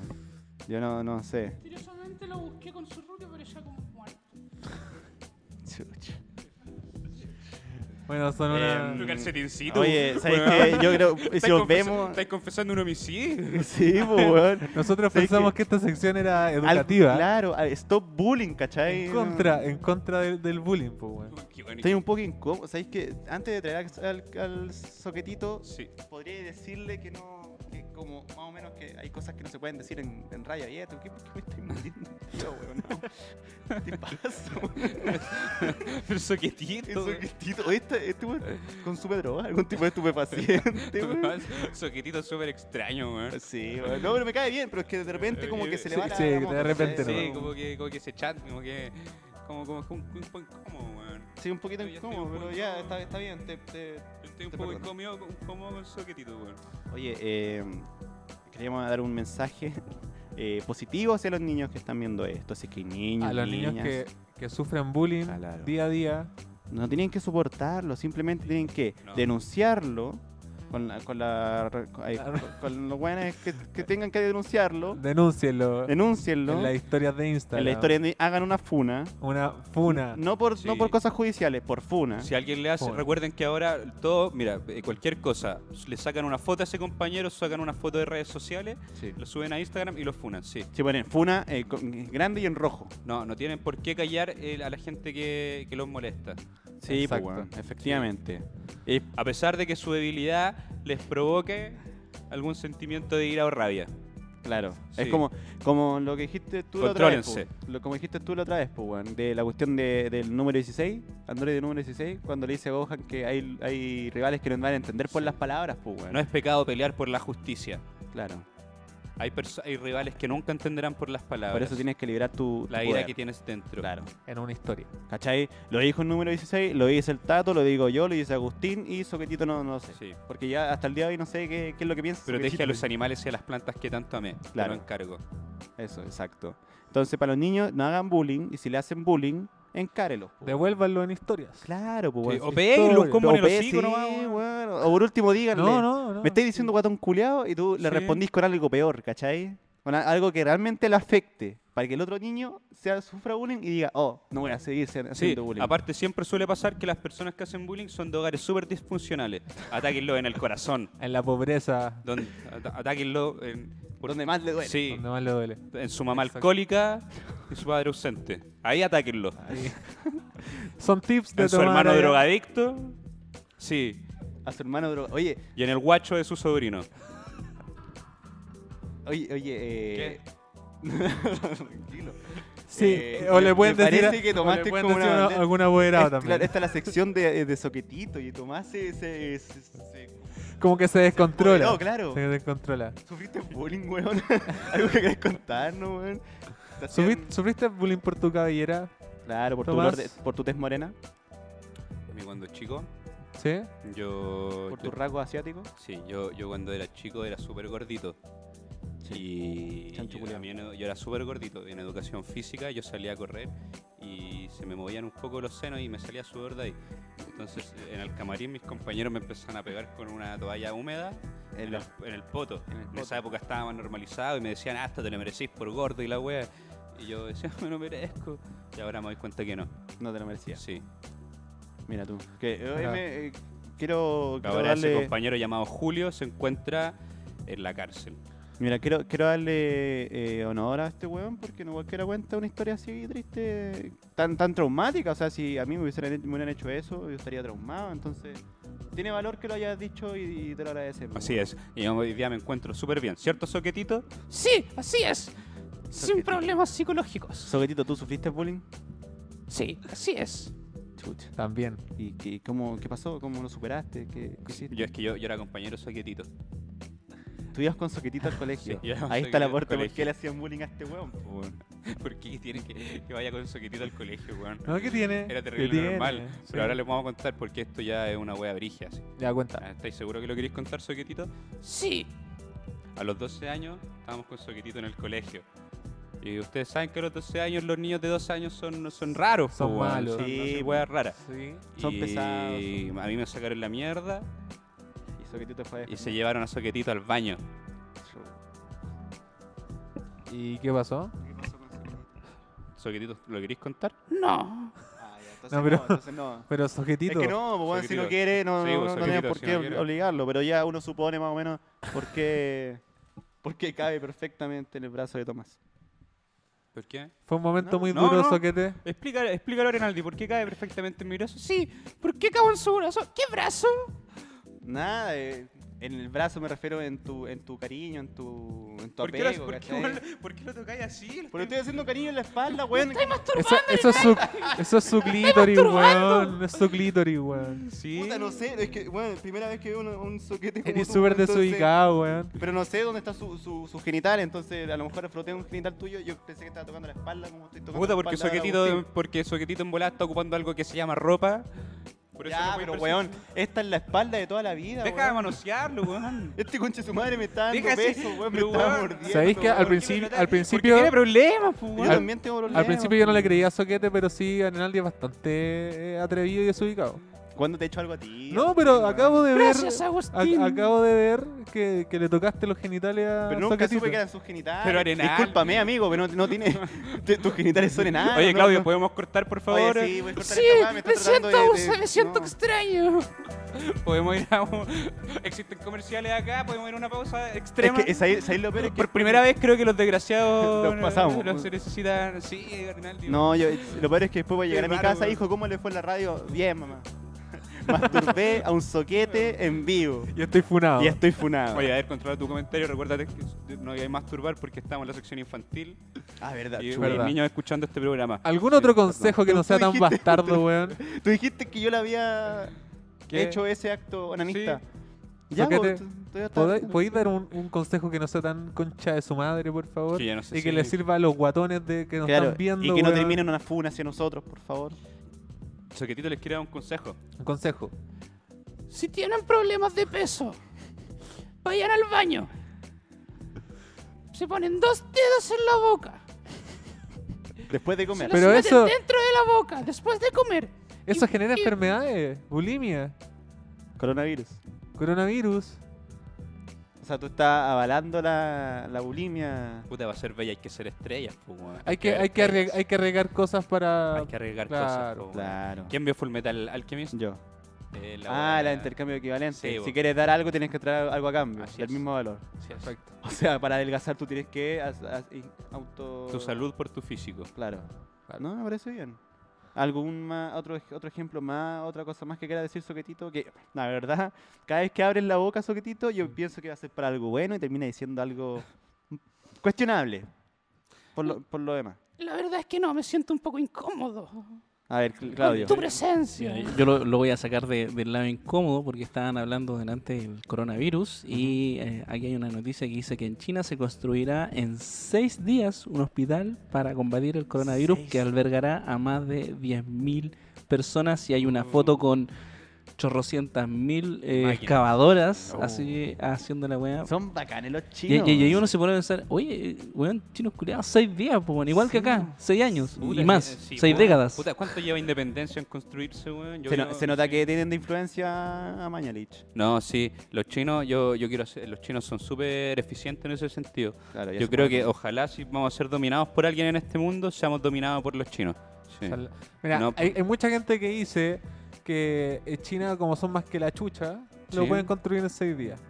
S3: Yo no, no sé.
S7: Curiosamente lo busqué con
S5: <laughs>
S7: su rubio, pero ya como muerto.
S3: Chucha.
S5: Bueno, son una.
S3: Em,
S6: Un calcetincito.
S3: mm, Oye, ¿sabes
S6: weón.
S3: qué? Yo creo, si
S6: <laughs> Estáis
S3: os
S6: confesa-
S3: vemos.
S6: Estáis confesando un homicidio. <laughs>
S3: Sí, pues, weón.
S5: Nosotros
S3: ¿Sabes
S5: pensamos
S3: qué?
S5: que esta sección era
S3: Al-
S5: educativa.
S3: Claro, al- stop bullying, ¿cachai?
S5: En contra, en contra del, del bullying, pues, weón.
S6: Qué bueno.
S3: Estoy un poco incómodo. ¿Sabéis que antes de traer al, al soquetito,
S6: Sí.
S3: podría decirle que no. que como más o menos que hay cosas que no se pueden decir en, en radio y esto. ¿Qué, qué me estoy <laughs> muriendo, tío, weón? No. ¿Qué te pasa,
S5: <laughs>
S3: weón?
S6: <laughs> Pero soquetito.
S3: El
S6: weón.
S3: soquetito. Oye, este, este weón consume droga, algún tipo de
S6: <laughs>
S3: estupefaciente,
S5: <laughs>
S3: weón.
S6: Soquetito súper extraño, weón.
S3: Sí, weón. No, pero me cae bien, pero es que de repente como que se le va
S5: Sí,
S3: la.
S5: sí,
S3: la
S5: de
S3: moto,
S5: repente
S3: ¿cachai?
S6: Sí,
S5: no.
S6: como que, como que se chat, como que. Como, como, como un poco incómodo, weón.
S3: Sí, un poquito
S6: Yo ya estoy
S3: incómodo,
S6: un poco
S3: pero ya
S6: incómodo.
S3: está, está bien. Te, te-
S6: Estoy un
S3: Te
S6: poco
S3: perdono.
S6: incómodo, incómodo con soquetito, weón.
S3: Oye, eh, queríamos dar un mensaje <laughs> eh, positivo hacia los niños que están viendo esto. Así que niños,
S5: A los
S3: niñas,
S5: niños que, que sufren bullying
S3: Ah, Claro.
S5: día a día.
S3: no tienen que soportarlo, simplemente tienen que
S6: No.
S3: denunciarlo. Con, la, con, la, con, ay,
S5: Claro.
S3: con- con los buenos <laughs> que, que tengan que denunciarlo,
S5: Denúncienlo.
S3: denúncienlo.
S5: En las historias de Instagram.
S3: En la historia Ah, de- hagan una funa.
S5: Una funa.
S3: No por, no
S6: Sí.
S3: por cosas judiciales, por funa.
S6: Si alguien le hace,
S5: Joder.
S6: recuerden que ahora todo, mira, eh, cualquier cosa, le sacan una foto a ese compañero, sacan una foto de redes sociales,
S3: Sí.
S6: lo suben a Instagram y lo funan, sí.
S3: Si ponen funa eh, con- grande y en rojo.
S6: No, no tienen por qué callar eh, a la gente que, que los molesta.
S3: Sí, pues,
S5: Exacto.
S3: weón, efectivamente. Y
S6: A pesar de que su debilidad les provoque algún sentimiento de ira o rabia.
S3: Claro, es
S6: Sí.
S3: como, como lo que dijiste tú la otra vez. po.
S6: Contrólense.
S3: Lo, como dijiste tú la otra vez, po, weón, de la cuestión de- del número 16, Android de número 16, cuando le dice a Gohan que hay, hay rivales que no van a entender por las palabras, pues, weón.
S6: No es pecado pelear por la justicia.
S3: Claro.
S6: Hay, perso- hay rivales que nunca entenderán por las palabras.
S3: Por eso tienes que liberar tu. tu
S6: la ira
S3: poder.
S6: que tienes dentro.
S3: Claro.
S5: En una historia.
S3: ¿Cachai? Lo dijo el número 16, lo dice el Tato, lo digo yo, lo dice Agustín y Soquetito no, no sé.
S6: Sí.
S3: Porque ya hasta el día de hoy no sé qué, qué es lo que piensa.
S6: Protege a
S3: Soquetito.
S6: los animales y a las plantas que tanto amé.
S3: Claro.
S6: Claro. encargo.
S3: Eso, exacto. Entonces, para los niños, no hagan bullying y si le hacen bullying, encárelos. po.
S5: Devuélvanlo en historias.
S3: Claro, pues.
S6: Sí,
S3: weón,
S6: o E
S3: sí,
S6: péguenlo,
S3: historia.
S6: un combo en el
S3: O pe-
S6: hocico
S3: sí,
S6: nomás, weón.
S3: weón. O por último, díganle.
S5: No, no, no.
S3: Me estáis diciendo guatón culeado y tú le
S6: Sí.
S3: respondís con algo peor, ¿cachai? Con a- algo que realmente le afecte. Para que el otro niño sea, sufra bullying y diga, oh, no voy a seguir se-
S6: Sí,
S3: haciendo bullying.
S6: aparte siempre suele pasar que las personas que hacen bullying son de hogares súper disfuncionales. Atáquenlo en el corazón.
S5: En la pobreza.
S6: Donde, ata- atáquenlo en, por-
S3: Donde más le duele.
S6: sí,
S5: Donde más le duele.
S6: en su mamá
S5: Exacto.
S6: alcohólica y su padre ausente. Ahí atáquenlo.
S5: Son tips de
S6: En su
S5: tomar
S6: hermano
S5: allá.
S6: drogadicto. Sí.
S3: A su hermano droga. Oye,
S6: Y en el guacho de su sobrino.
S3: oye, oye. Eh...
S6: ¿Qué?
S3: <laughs> Tranquilo.
S5: Sí,
S3: Eh,
S5: o le
S3: me-
S5: pueden
S3: me
S5: decir,
S3: parece que
S5: o le
S3: tomaste
S5: pueden
S3: como
S5: decir
S3: una
S5: una-
S3: bandera.
S5: alguna boberada
S3: Es- <laughs>
S5: también.
S3: claro, esta es la sección de, de soquetito y Tomás se, se- se- se-
S5: Como que se descontrola.
S3: No, Oh, claro.
S5: Se descontrola.
S3: ¿Sufriste bullying, weón? <laughs> ¿Algo que querés contarnos, weón? ¿Te hacían-
S5: ¿Sufri- ¿Sufriste bullying por tu cabellera?
S3: Claro, por tu,
S5: Tomás.
S3: olor de- por tu tez morena,
S6: A mí cuando chico,
S5: ¿Sí?
S6: yo...
S3: por
S6: yo-
S3: tu rasgo asiático.
S6: Sí, yo, yo cuando era chico era súper gordito. Y
S3: Chancho
S6: yo,
S3: culiao.
S6: también- eh, yo era súper gordito. En educación física yo salía a correr y se me movían un poco los senos y me salía sudor de ahí. Entonces en el camarín mis compañeros me empezaron a pegar con una toalla húmeda en,
S3: la-
S6: el, en el poto.
S3: en el
S6: En
S3: poto.
S6: esa época estaba más normalizado y me decían, ah, esto te lo merecís por gordo y la wea. Y yo decía, <laughs> me lo merezco. Y ahora me doy cuenta que no.
S3: No te lo merecías.
S6: Sí.
S3: Mira tú. Que, eh,
S5: Ajá.
S3: me- eh, quiero, quiero
S6: Ahora ese
S3: darle.
S6: compañero llamado Julio se encuentra en la cárcel.
S3: Mira, quiero, quiero darle eh, honor a este weón porque no cualquiera cuenta una historia así triste, tan, tan traumática. O sea, si a mí me hubieran, hecho- me hubieran hecho eso, yo estaría traumado. Entonces, tiene valor que lo hayas dicho y, y te lo agradecemos.
S6: Así es. Y yo hoy día me encuentro súper bien. ¿Cierto, Soquetito?
S7: Sí, así es. Sin
S3: Soquetito.
S7: problemas psicológicos.
S3: Soquetito, ¿tú sufriste bullying?
S7: Sí, así es.
S3: Chucha.
S5: También.
S3: ¿Y qué, cómo, qué pasó? ¿Cómo lo superaste? ¿Qué, qué hiciste?
S6: Yo es que yo, yo era compañero Soquetito.
S3: Tú ibas con soquetito al colegio.
S6: <laughs> Sí, yo era un
S3: Ahí está
S6: soquetito
S3: la
S6: al
S3: puerta por qué
S6: colegio.
S3: le hacían bullying a este weón. po, weón.
S6: <laughs> ¿Por qué tienen que, que vaya con Soquetito al colegio, weón?
S5: ¿No? ¿Qué tiene?
S6: Era
S5: ¿Qué
S6: terrible
S5: tiene?
S6: normal.
S5: Sí.
S6: Pero ahora les vamos a contar porque esto ya es una wea brigia. así.
S5: Ya cuenta.
S6: Ah, ¿Estáis seguros que lo queréis contar, Soquetito?
S7: Sí.
S6: A los 12 años estábamos con Soquetito en el colegio. Y ustedes saben que a los 12 años los niños de 12 años son, son raros.
S5: Son
S6: po, weón.
S5: malos.
S6: Son,
S3: Sí,
S6: hacen weas raras.
S5: Sí.
S3: Son
S6: y
S3: pesados,
S6: A mí me sacaron la mierda
S3: Y soquetito fue.
S6: y se llevaron a Soquetito al baño.
S5: ¿Y qué pasó?
S6: Soquetito, ¿lo queréis contar?
S7: No.
S3: Ah, ya, entonces entonces
S5: No,
S3: no,
S5: pero-
S3: entonces
S6: <laughs>
S3: no.
S5: Pero Soquetito.
S3: Es que no, pues, bueno, si
S6: Soquetito.
S3: no quiere, no,
S6: Sí,
S3: no-
S6: pues,
S3: no tenemos
S6: soquetito,
S3: por
S6: si
S3: qué
S6: no quiere.
S3: obligarlo, pero ya uno supone más o menos por qué, <laughs> por qué cabe perfectamente en el brazo de Tomás.
S6: ¿Por qué?
S5: Fue un momento
S6: No,
S5: muy
S6: no,
S5: duro,
S6: no.
S5: Soquete.
S6: Explícalo, explícalo, Renaldi, ¿por qué cae perfectamente en mi brazo?
S7: Sí, ¿por qué cago en su brazo? ¿Qué brazo?
S3: Nada, eh, en el brazo me refiero en tu, en tu cariño, en tu, en tu
S6: ¿Por qué,
S3: apego,
S6: lo, por, qué,
S3: ¿cachai? <laughs>
S6: weón, ¿por qué lo tocáis así?
S3: Porque estoy haciendo cariño en la
S6: <laughs>
S3: espalda, weón.
S5: Eso, eso es su, eso
S3: <laughs>
S5: es su clítoris, weón. Es su clítoris, weón.
S6: Sí.
S3: Puta, no sé, es que, bueno, primera vez que veo un, un soquete como
S5: Eres
S3: tú,
S5: súper
S3: entonces-
S5: desubicado, weón.
S3: Pero no sé dónde está su, su, su genital, entonces a lo mejor froté un genital tuyo, yo pensé que estaba tocando la espalda, como estoy tocando
S6: Puta,
S3: la
S6: porque
S3: espalda de
S6: soquetito,
S3: Agustín.
S6: porque soquetito en volada está ocupando algo que se llama ropa. Por eso
S3: Ya,
S6: no puede
S3: pero
S6: percibir-
S3: weón, esta es la espalda de toda la vida,
S6: Deja de
S3: weón.
S6: manosearlo, weón.
S3: Este conche su madre me está dando
S6: Deja ese-
S3: besos, weón, me
S6: pero,
S3: está
S6: weón,
S3: mordiendo.
S5: ¿Sabéis que al
S3: weón.
S5: principio, al
S6: Porque
S5: principio,
S6: tiene problemas, pues,
S3: Yo
S6: weón.
S3: también tengo problemas.
S5: al principio yo no le creía a Soquete, pero sí a Renaldi es bastante eh, atrevido y desubicado.
S3: ¿Cuándo te he hecho algo a ti?
S5: No, pero
S3: Agustín,
S5: acabo de ver.
S7: Gracias,
S5: a-
S7: Agustín.
S5: acabo de ver que, que le tocaste los genitales a
S3: Pero nunca
S5: Soquetito.
S3: supe que eran sus genitales.
S6: Pero arenal.
S3: Discúlpame, amigo, pero no, no
S6: <laughs>
S3: tiene. te- tus genitales son enanos.
S6: Oye,
S3: no-
S6: Claudio,
S3: no-
S6: ¿podemos cortar, por favor? <laughs>
S3: Oye, sí, voy a cortar
S7: Sí,
S3: esta weá, está
S7: me siento,
S3: tratando de- de-
S7: me siento
S3: no.
S7: extraño.
S6: Podemos ir a un... <laughs> Existen comerciales acá, podemos ir a una pausa
S3: Es
S6: extrema.
S3: que, es ahí, ¿sabéis lo peor? Es que-
S6: Por primera vez creo que los
S3: <laughs>
S6: desgraciados
S3: Los pasamos.
S6: Los se necesitan. Sí, Arnaldi.
S3: No,
S5: <laughs>
S3: yo, lo peor es que después voy a llegar a mi
S6: raro,
S3: casa,
S6: weón.
S3: hijo, ¿cómo le fue en la radio? Bien, mamá. <laughs> Masturbé a un soquete en vivo.
S5: Yo estoy funado.
S3: Y estoy funado.
S6: Oye, a ver, controla tu comentario. Recuérdate que no hay más turbar porque estamos en la sección infantil
S3: ah, verdad.
S6: y
S3: chulo.
S5: verdad.
S6: hay niños escuchando este programa.
S5: ¿Algún
S6: Sí,
S5: otro
S6: perdón.
S5: consejo que no
S3: Tú
S5: sea tan
S3: dijiste-
S5: bastardo, weón?
S3: Tú dijiste que yo le había
S5: ¿Qué?
S3: hecho ese acto onanista. Ya,
S5: Soquete,
S3: pues, tú- tú ya estás-
S5: ¿Podéis podéis dar un, un consejo que no sea tan concha de su madre, por favor?
S6: Que ya no sé
S5: y que
S6: si-
S5: le sirva a los guatones de que nos
S3: Claro,
S5: están viendo.
S3: y que no
S5: weón.
S3: terminen una funa hacia nosotros, por favor.
S6: Soquetito les quiero dar un consejo.
S5: Un consejo.
S7: Si tienen problemas de peso, vayan al baño. Se ponen dos dedos en la boca.
S3: Después de
S7: Se
S3: comer.
S7: los
S5: Pero
S7: meten
S5: eso-
S7: dentro de la boca, después de comer.
S5: Eso
S7: Y-
S5: genera
S7: y-
S5: enfermedades, bulimia,
S3: Coronavirus.
S5: coronavirus.
S3: O sea, tú estás avalando la, la bulimia.
S6: Puta, va a ser bella, hay que ser estrellas. po, weón.
S5: Hay que, hay que,
S6: haber
S5: arriesgar, hay que arriesgar cosas para...
S6: estrellas. Hay que arriesgar cosas.
S5: Claro,
S6: po, weón.
S3: Claro.
S6: ¿Quién vio Full Metal Alchemist?
S3: Yo.
S6: Eh,
S3: ah,
S6: weá-
S3: la intercambio de equivalente.
S6: Sí, vos.
S3: si quieres dar algo, tienes que traer algo a cambio.
S6: Así
S3: del
S6: es.
S3: mismo valor.
S6: Sí, es.
S5: Perfecto.
S3: <laughs> O sea, para adelgazar tú tienes que as- as- i- auto...
S6: Tu salud por tu físico.
S3: Claro.
S5: Claro.
S3: No, me parece bien. ¿Algún más, otro, ej- otro ejemplo más, otra cosa más que quiera decir Soquetito? Que, la verdad, cada vez que abres la boca, Soquetito,
S6: Mm.
S3: yo pienso que va a ser para algo bueno y termina diciendo algo cuestionable. Por lo, por lo demás.
S7: La verdad es que no, me siento un poco incómodo.
S3: A ver, Cl-
S7: Con
S3: Claudio.
S7: tu presencia.
S8: Mira, Yo lo, lo voy a sacar de- del lado incómodo porque estaban hablando delante del coronavirus y eh, aquí hay una noticia que dice que en China se construirá en seis días un hospital para combatir el coronavirus que albergará a más de 10.000 personas y hay una foto con chorrocientas mil eh,
S6: Mm. Máquinas. Oh.
S8: excavadoras así haciendo la weá.
S3: Son bacanes los
S8: Y,
S3: chinos.
S8: y- y ahí uno se pone a pensar, oye, eh, weón, chinos culiados, seis días, po, weón, igual que acá, seis años
S6: Puta,
S8: y
S6: que-
S8: más,
S6: sí,
S8: seis
S6: weón.
S8: décadas.
S6: Puta, ¿cuánto lleva independencia en construirse, weón? Yo
S3: se, no-
S6: creo-
S3: se nota
S6: sí.
S3: que tienen de influencia a Mañalich.
S6: No, sí, los chinos, yo, yo quiero hacer- los chinos son súper eficientes en ese sentido.
S3: Claro, ya
S6: Yo
S3: se
S6: creo
S3: puede.
S6: que ojalá si vamos a ser dominados por alguien en este mundo, seamos dominados por los chinos. Sí.
S5: O sea, la- Mira,
S6: No,
S3: pues.
S5: hay, hay mucha gente que dice que eh, China, como son más que la chucha, lo
S6: Sí.
S5: pueden construir en seis días.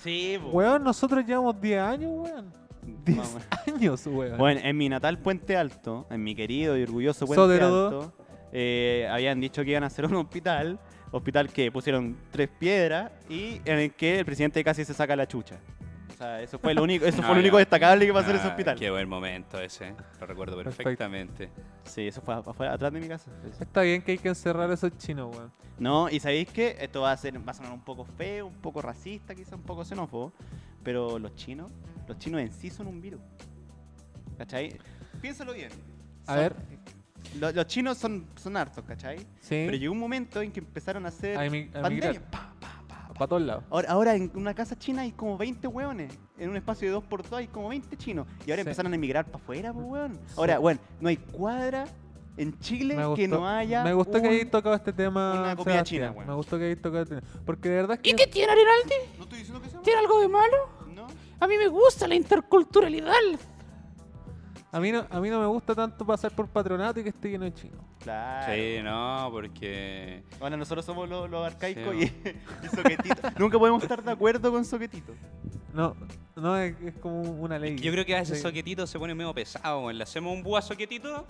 S3: Sí, po.
S5: Weón, nosotros llevamos 10 años, weón. <laughs> 10
S3: Vamos.
S5: años, weón.
S3: Bueno, en mi natal Puente Alto, en mi querido y orgulloso Puente
S5: Sodero
S3: Alto, eh, habían dicho que iban a hacer un hospital, hospital que pusieron tres piedras y en el que el presidente casi se saca la chucha. O sea, eso fue lo único, eso
S6: <laughs> Ah,
S3: fue lo único
S6: ya.
S3: destacable que pasó en ese
S6: Ah,
S3: hospital.
S6: Qué buen momento ese, lo recuerdo
S5: Perfecto.
S6: perfectamente.
S3: Sí, eso fue afuera, atrás de mi casa. Eso.
S5: Está bien que hay que encerrar a esos chinos, weón.
S3: No, y sabéis que esto va a ser, va a sonar un poco feo, un poco racista, quizá un poco xenófobo, pero los chinos, los chinos en sí son un virus. ¿Cachai? Piénsalo bien.
S5: A
S3: Son-
S5: ver.
S3: lo- Los, chinos son, son hartos, ¿cachai?
S5: Sí.
S3: Pero llegó un momento en que empezaron a hacer
S5: A emi- a
S3: pandemia.
S5: emigrar.
S3: Pa, pa, pa.
S5: Para todos lados.
S3: Ahora, ahora en una casa china hay como 20 hueones. En un espacio de 2 por 2 hay como 20 chinos. Y ahora
S5: Sí.
S3: empezaron a emigrar para afuera, pues, hueón. Ahora, bueno, no hay cuadra en Chile
S5: Me
S3: que
S5: gustó,
S3: no haya.
S5: me gustó que
S3: un-
S5: hayáis tocado este tema.
S3: una comida china,
S5: Sebastián.
S3: weón.
S5: Me gustó que hayáis tocado este tema. Porque de verdad es que.
S7: ¿Y qué tiene Arinaldi?
S3: No estoy diciendo que sea
S7: ¿Tiene algo de malo?
S3: malo, No.
S7: A mí me gusta la interculturalidad.
S5: A mí no, a mí no me gusta tanto pasar por patronato y que esté lleno de chinos.
S3: Claro.
S6: Sí, no, porque.
S3: Bueno, nosotros somos los, los arcaicos
S6: Sí,
S3: <laughs> y, y soquetito. Nunca podemos estar de acuerdo con soquetito.
S5: No, no es, es como una ley.
S6: Yo creo que a veces
S5: Sí.
S6: soquetito se pone medio pesado, weón. Le hacemos un búho a soquetito.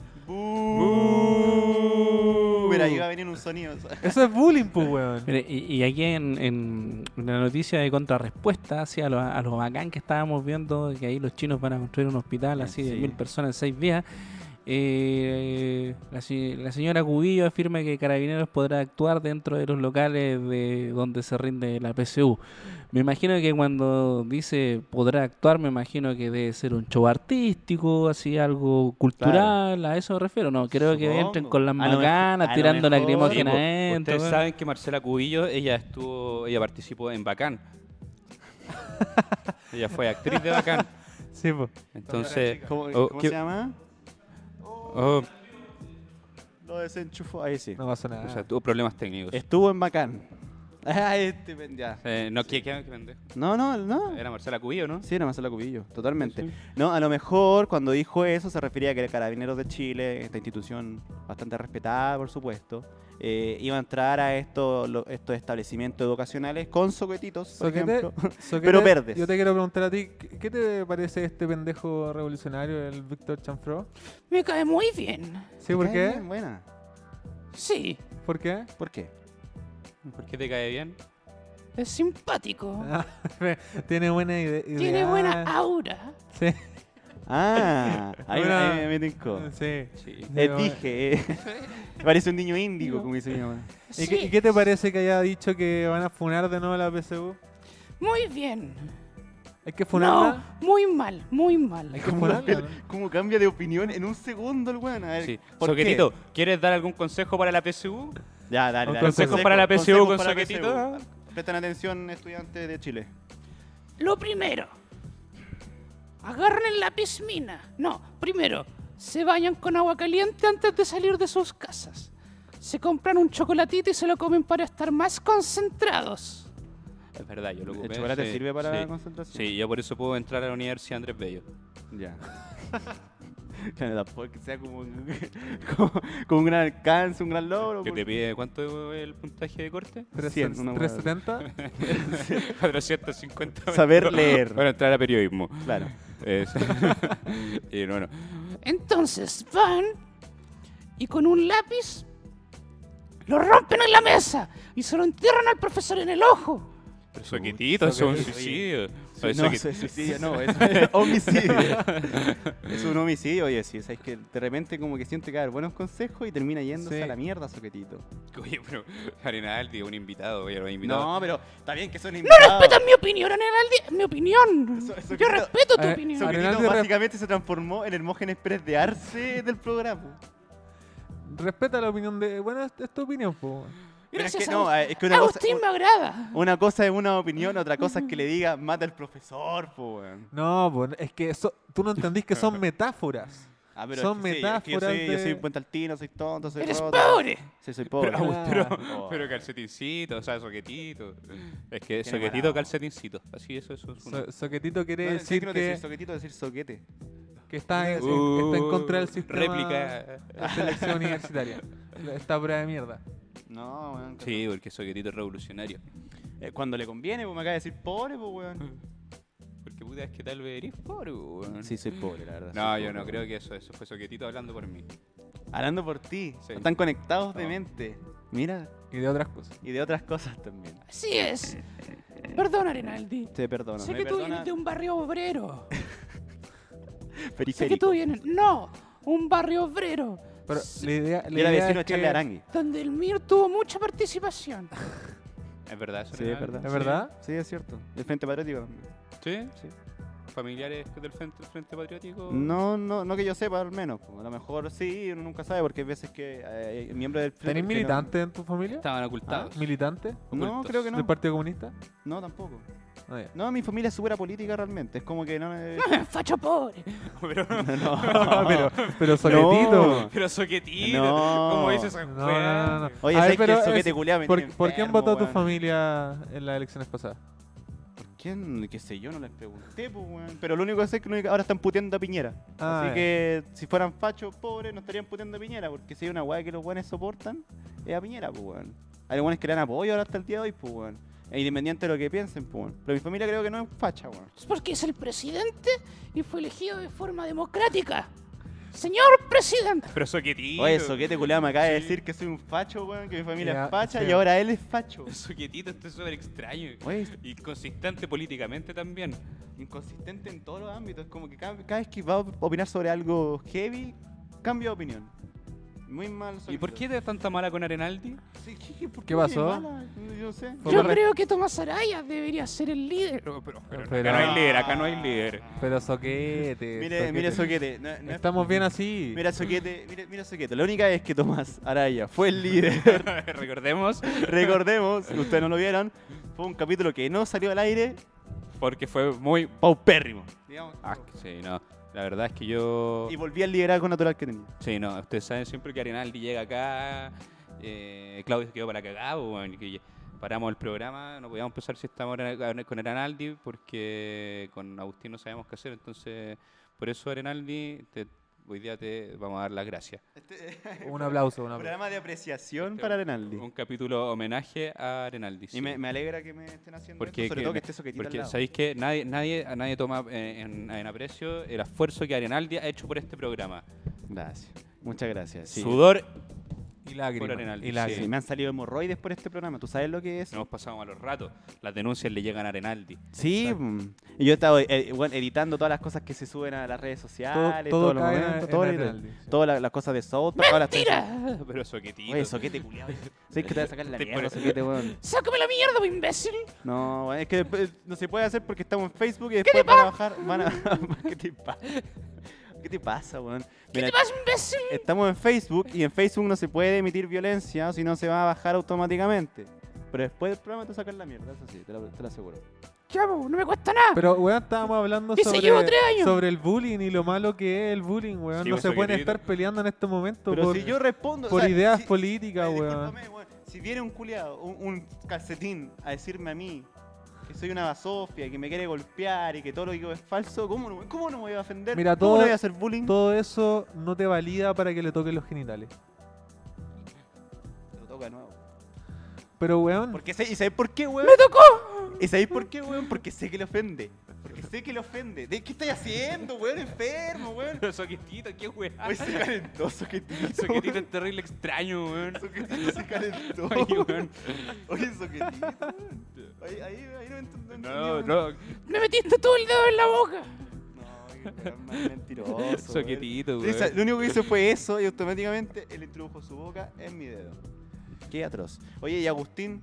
S3: Mira, ahí va a venir un sonido. <laughs> ¿sabes?
S5: Eso es bullying, pues,
S3: <laughs>
S5: weón.
S8: Mire, y, y aquí en, en la noticia de contrarrespuesta hacia lo, a lo bacán que estábamos viendo, que ahí los chinos van a construir un hospital así de
S3: Eh, Sí.
S8: mil personas en seis días. eh, la, se- la señora Cubillo afirma que Carabineros podrá actuar dentro de los locales de donde se rinde la PSU. Me imagino que cuando dice podrá actuar, me imagino que debe ser un show artístico, así algo cultural, a eso me refiero. No, creo que entren
S3: Supongo.
S8: con
S3: A
S8: las
S3: lo mejor- a
S8: macanas,
S3: lo
S8: tirando
S3: mejor.
S8: lacrimógenas.
S3: Sí, pues,
S8: adentro,
S6: Ustedes
S8: weón.
S6: saben que Marcela Cubillo, ella estuvo, ella participó en
S3: <laughs>
S6: Bacán. ella fue actriz de Bacán.
S5: Sí, pues.
S6: Entonces,
S3: ¿Cómo,
S6: Oh,
S3: cómo
S6: ¿qué-
S3: se llama?
S6: oh,
S3: Lo desenchufó. Ahí sí.
S5: No pasa nada.
S6: o
S3: Ah.
S6: sea, tuvo problemas técnicos.
S3: Estuvo en Bacán. <laughs> Ah, este, pen- ya.
S6: Eh, no, ¿qué, qué- qué pendejo?
S3: No, no, no.
S6: Era Marcela Cubillo, ¿no?
S3: Sí, era Marcela Cubillo, totalmente. No, a lo mejor cuando dijo eso se refería a que Carabineros de Chile, esta institución bastante respetada, por supuesto, eh, iba a entrar a estos, lo- estos establecimientos educacionales con soquetitos, por
S5: Soquete-
S3: ejemplo.
S5: Soquete,
S3: pero verdes.
S5: Yo te quiero preguntar a ti, ¿qué qué te parece este pendejo revolucionario, el Víctor Chanfro?
S7: Me cae muy bien.
S5: ¿Sí? ¿Por
S3: Ay,
S5: qué?
S3: bien, buena.
S7: Sí,
S5: ¿Por qué?
S3: ¿Por qué?
S6: ¿Por qué te cae bien?
S7: es
S5: <laughs>
S7: simpático.
S5: Tiene buena ide- idea.
S7: Tiene buena
S5: "Ah".
S7: aura.
S5: Sí,
S3: Ah, ahí,
S5: Buena.
S3: ahí me tincó.
S5: sí.
S6: Sí.
S5: Sí,
S3: Eh,
S5: bueno.
S3: dije, eh, <laughs> parece un niño índigo, como dice mi mamá.
S5: ¿Y, qué, y qué te parece que haya dicho que van a funar de nuevo a la PSU?
S7: Muy bien.
S5: ¿Hay que
S7: No,
S5: funarla?
S7: muy mal, muy
S5: ¿Hay
S7: mal.
S5: que
S3: <laughs>
S5: funarla? no?
S3: ¿Cómo cambia de opinión en un segundo el weón? A ver,
S6: Sí.
S3: ¿por qué?
S6: Soquetito, ¿quieres dar algún consejo para la PSU?
S3: Ya, dale,
S5: Un
S3: dale.
S5: consejo
S6: para la PSU
S3: consejos
S6: con
S3: para la
S6: soquetito.
S3: PSU. Presten atención, estudiantes de Chile.
S7: Lo primero, agarren la piscina. No, primero, se bañan con agua caliente antes de salir de sus casas. Se compran un chocolatito y se lo comen para estar más concentrados.
S6: Es verdad, yo lo ocupé.
S3: ¿El chocolate
S6: sí,
S3: sirve para la
S6: sí.
S3: concentración?
S6: Sí, yo por eso puedo entrar a la Universidad Andrés Bello.
S3: Ya. claro, tampoco es que sea como, un- <laughs> como, como un gran alcance, un gran logro.
S6: ¿Qué te
S3: porque-
S6: pide? ¿Cuánto es el puntaje de <laughs> corte?
S3: Cien, una hueá.
S5: 370.
S6: <laughs> 450.
S3: Saber leer.
S6: Bueno, entrar a periodismo.
S3: Claro.
S6: Eso. <laughs> y bueno,
S7: Entonces van y con un lápiz lo rompen en la mesa y se lo entierran al profesor en el ojo.
S6: pero soquetito, eso es un suicidio. Oye,
S3: no,
S6: soquet-
S3: eso es suicidio, no, eso es homicidio. es un homicidio, oye, sí, o sea, es que de repente como que siente que dar buenos consejos y termina yéndose
S5: Sí.
S3: a la mierda, soquetito.
S6: <laughs> Oye, pero Arinaldi, un invitado, oye, lo he invitado.
S3: No, pero está bien que son invitados.
S7: Respetan mi opinión, Analdi, mi opinión.
S3: Eso- eso
S7: Yo
S3: que-
S7: respeto tu
S5: Eh,
S7: opinión.
S5: sobre-
S3: Soquetito
S5: Arenaldi re-
S3: básicamente se transformó en Hermógenes Pérez de Arce del programa.
S5: Respeta la opinión de... Bueno, es, es tu opinión, po.
S3: Pero es
S7: Gracias,
S3: que no,
S7: Agustín.
S3: es que una cosa,
S7: Agustín
S3: un-
S7: me agrada.
S3: una cosa es una opinión, otra cosa es que le diga mata al profesor, po, weón.
S5: No, po, es que eso- tú no entendís que son metáforas.
S3: Ah,
S5: Son
S3: es que sí, es que yo
S5: metáforas
S3: soy- yo soy,
S5: de-
S3: puente altino, soy tonto, soy
S7: Eres
S3: roto.
S7: pobre.
S3: Sí, soy pobre.
S5: Pero, Agustín,
S6: Pero,
S3: Oh.
S6: pero calcetincito, o sea, soquetito. Es que
S3: Tiene
S6: soquetito,
S3: parado.
S6: calcetincito. Así, eso, eso es una-
S5: So- soquetito quiere
S3: No,
S5: decir
S3: no
S5: que,
S3: decir soquetito, decir soquete.
S5: que está, en,
S6: Uh,
S5: está en contra del sistema
S6: Réplica.
S5: de selección universitaria. Esta prueba de mierda.
S3: No, weón. que-
S6: Sí, porque soquetito es revolucionario.
S3: Eh, cuando le conviene, pues me acaba de decir pobre, pues weón.
S6: Porque puta es que tal vez eres pobre, weón.
S3: soy pobre, la verdad.
S6: No, yo no creo que eso, eso fue soquetito hablando por mí.
S3: Hablando por ti.
S6: Sí.
S3: Están conectados de
S6: No.
S3: mente. Mira,
S5: Y de otras cosas.
S3: y de otras cosas también.
S7: Así es. Perdona, Rinaldi.
S3: Te perdono.
S7: sé
S3: me
S7: que tú
S3: perdona,
S7: vienes de un barrio
S3: <laughs>
S7: obrero. sé que
S3: periférico.
S7: tú vienes. No, un barrio obrero.
S5: Pero
S7: S-
S5: la idea,
S3: Yo
S5: la
S3: era
S5: idea
S3: vecino de
S5: es que-
S3: Charlie Arangui.
S7: Donde el MIR tuvo
S3: <laughs>
S7: mucha participación.
S6: ¿Es verdad eso?
S3: Sí,
S6: Renal?
S3: es verdad.
S5: ¿Es verdad?
S3: Sí, es cierto. ¿El Frente Patriótico?
S6: ¿Sí?
S3: Sí.
S6: ¿Familiares del Frente, frente Patriótico?
S3: No, no, no que yo sepa, al menos. pues, A lo mejor sí, uno nunca sabe, porque hay veces que eh, hay miembros del Frente... que
S5: ¿Tenés
S3: no-
S5: militante en tu familia?
S6: Estaban ocultados.
S5: ¿Militante?
S3: No,
S6: ocultos?
S3: creo que no.
S5: ¿Del Partido Comunista?
S3: No, tampoco.
S5: Ah, ya.
S3: No, mi familia es súper política realmente. Es como que no... me-
S7: Facho pobre.
S6: pero,
S3: <laughs> no,
S5: <laughs> pero,
S3: <laughs>
S5: pero soquetito.
S6: pero soquetito.
S3: No.
S6: ¿Cómo dices esa
S5: No,
S6: weá?
S5: no, no, no.
S3: Oye,
S5: A ver,
S3: ¿sabes que
S5: pero
S3: eso que
S5: es-
S3: te culea me
S5: ¿Por,
S3: tiene
S5: por quién
S3: enfermo,
S5: votó tu
S3: weón.
S5: familia en las elecciones pasadas?
S3: quién? ¿Qué sé yo? No les pregunté, pues, weón. Pero lo único que sé es que no- ahora están puteando a Piñera.
S5: Ah,
S3: Así
S5: ya.
S3: que si fueran fachos pobres, no estarían puteando a Piñera, porque si hay una weá que los weones soportan, es a Piñera, pues, weón. Hay weones que le dan apoyo ahora hasta el día de hoy, pues, weón. E independiente de lo que piensen, pues, weón. Pero mi familia creo que no es facha, weón.
S7: Es porque es el presidente y fue elegido de forma democrática. Señor presidente.
S6: Pero soquetito.
S3: Oye, soquete culiao, me acaba de
S6: Sí.
S3: decir que soy un facho, weón, que mi familia
S5: Ya,
S3: es facha y
S5: sí.
S3: ahora él es facho.
S6: Soquetito, esto es súper extraño.
S3: Oye,
S6: Inconsistente políticamente también.
S3: inconsistente en todos los ámbitos. Como que cada, cada vez que va a opinar sobre algo heavy, cambia de opinión. Muy mal.
S6: ¿Y
S3: solito.
S6: por qué te tanta mala con Arenaldi? <laughs>
S3: Sí, ¿Qué, qué- por
S5: ¿Qué pasó?
S3: es mala? Yo no sé.
S5: Fue
S7: Yo
S5: correcto.
S7: creo que Tomás Araya debería ser el líder.
S6: Pero, pero, pero
S5: Pero-
S6: acá no hay líder, acá no hay líder.
S5: Pero soquete.
S3: Ah. Mire, mire Soquete. no- no es-
S5: Estamos bien así.
S3: Mira Soquete, mira, mira Soquete. La única vez que Tomás Araya fue el
S6: <laughs>
S3: líder,
S6: Recordemos,
S3: recordemos, ustedes no lo vieron, fue un capítulo que no salió al aire,
S6: porque fue muy...
S3: paupérrimo.
S6: Ah, sí, no. La verdad es que yo...
S3: Y volví al liderazgo natural que tenía.
S6: Sí, no, ustedes saben siempre que Arenaldi llega acá, eh, Claudio se quedó para cagado, que ya- paramos el programa, no podíamos empezar si estábamos Arena- con Arenaldi, porque con Agustín no sabemos qué hacer, entonces por eso Arenaldi, te- hoy día te vamos a dar las gracias.
S5: Un aplauso, un
S3: Un
S5: aplauso.
S3: programa de apreciación
S6: Este,
S3: para Renaldi.
S6: Un capítulo homenaje a Arenaldi.
S3: Y
S6: sí.
S3: me, me alegra que me estén haciendo
S6: Porque
S3: esto, sobre
S6: que-
S3: todo que esté Soquetita al
S6: Porque
S3: lado.
S6: sabéis que nadie, nadie, a nadie toma eh, en, en aprecio el esfuerzo que Arenaldi ha hecho por este programa.
S3: Gracias. Muchas gracias. sí.
S6: Sudor,
S5: Y
S6: Por
S5: lágrimas.
S6: Arenal,
S5: Y
S3: Sí,
S5: lágrimas.
S3: me han salido hemorroides por este programa. ¿Tú sabes lo que es?
S6: nos pasamos malos ratos. Las denuncias le llegan a Arenaldi.
S3: Sí, mm. Y yo he estado eh, bueno, editando todas las cosas que se suben a las redes sociales,
S5: todo
S3: todos los
S5: cae en-
S3: momentos,
S5: en
S3: todo lo-
S5: Arenaldi, sí.
S3: todas las, las cosas de South Park, ahora estoy-
S7: ¡Tira!
S6: Pero soquetito.
S3: Oye, soquete culiado. Sí, que te voy a sacar la
S6: Te
S3: mierda,
S6: pone-
S3: soquete, weón.
S7: ¡Sácame la mierda, po, imbécil!
S3: No, weón, es que después eh, no se puede hacer porque estamos en Facebook y después van a bajar. Van a... <laughs> ¿Qué te pasa? ¿Qué te pasa, weón? Mira,
S7: ¡Te vas, imbécil!
S3: estamos en Facebook y en Facebook no se puede emitir violencia, si no se va a bajar automáticamente. Pero después del programa te sacan la mierda, eso sí, te lo, te lo aseguro.
S7: Ya, po, no me cuesta nada.
S5: Pero, weón, estábamos hablando
S7: Dice, llevo tres
S5: sobre,
S7: años.
S5: sobre el bullying y lo malo que es el bullying, weón.
S6: Sí,
S5: no
S6: weón,
S5: se pueden
S6: soquetito.
S5: estar peleando en estos momentos
S3: Pero
S5: por,
S3: si yo respondo.
S5: por ideas
S3: si-
S5: políticas,
S3: Ay,
S5: weón.
S3: discúlpame, weón. Si viene un culiado, un, un calcetín, a decirme a mí que soy una basofia, que me quiere golpear y que todo lo que digo es falso, ¿cómo no, cómo no me voy a ofender?
S5: Mira,
S3: ¿Cómo
S5: todo-
S3: no voy a hacer bullying?
S5: Todo eso no te valida para que le toquen los genitales.
S3: Te lo toco de nuevo.
S5: Pero, weón,
S3: Porque sé, ¿Y sabéis por qué, weón?
S7: ¡Me tocó!
S3: ¿Y sabéis por qué, weón? Porque sé que le ofende. Porque sé que le ofende. ¿De qué estáis haciendo, weón? Enfermo,
S6: <laughs>
S8: Ah.
S3: weón.
S6: Pero soquetito, qué weá. <laughs>
S3: Oye, se calentó, soquetito.
S6: Soquetito es terrible extraño, weón.
S3: Soquetito se calentó.
S6: Oye, weón.
S3: Oye, soquetito, weón. Ahí, ahí, ahí no entiendo.
S6: No, no.
S7: Me metiste todo el dedo en la boca.
S3: No, qué weón más mentiroso. weón.
S6: Soquetito,
S3: Sí, o sea,
S6: weón.
S3: Lo único que hizo fue eso y automáticamente él introdujo su boca en mi dedo. Qué atroz. Oye, y Agustín.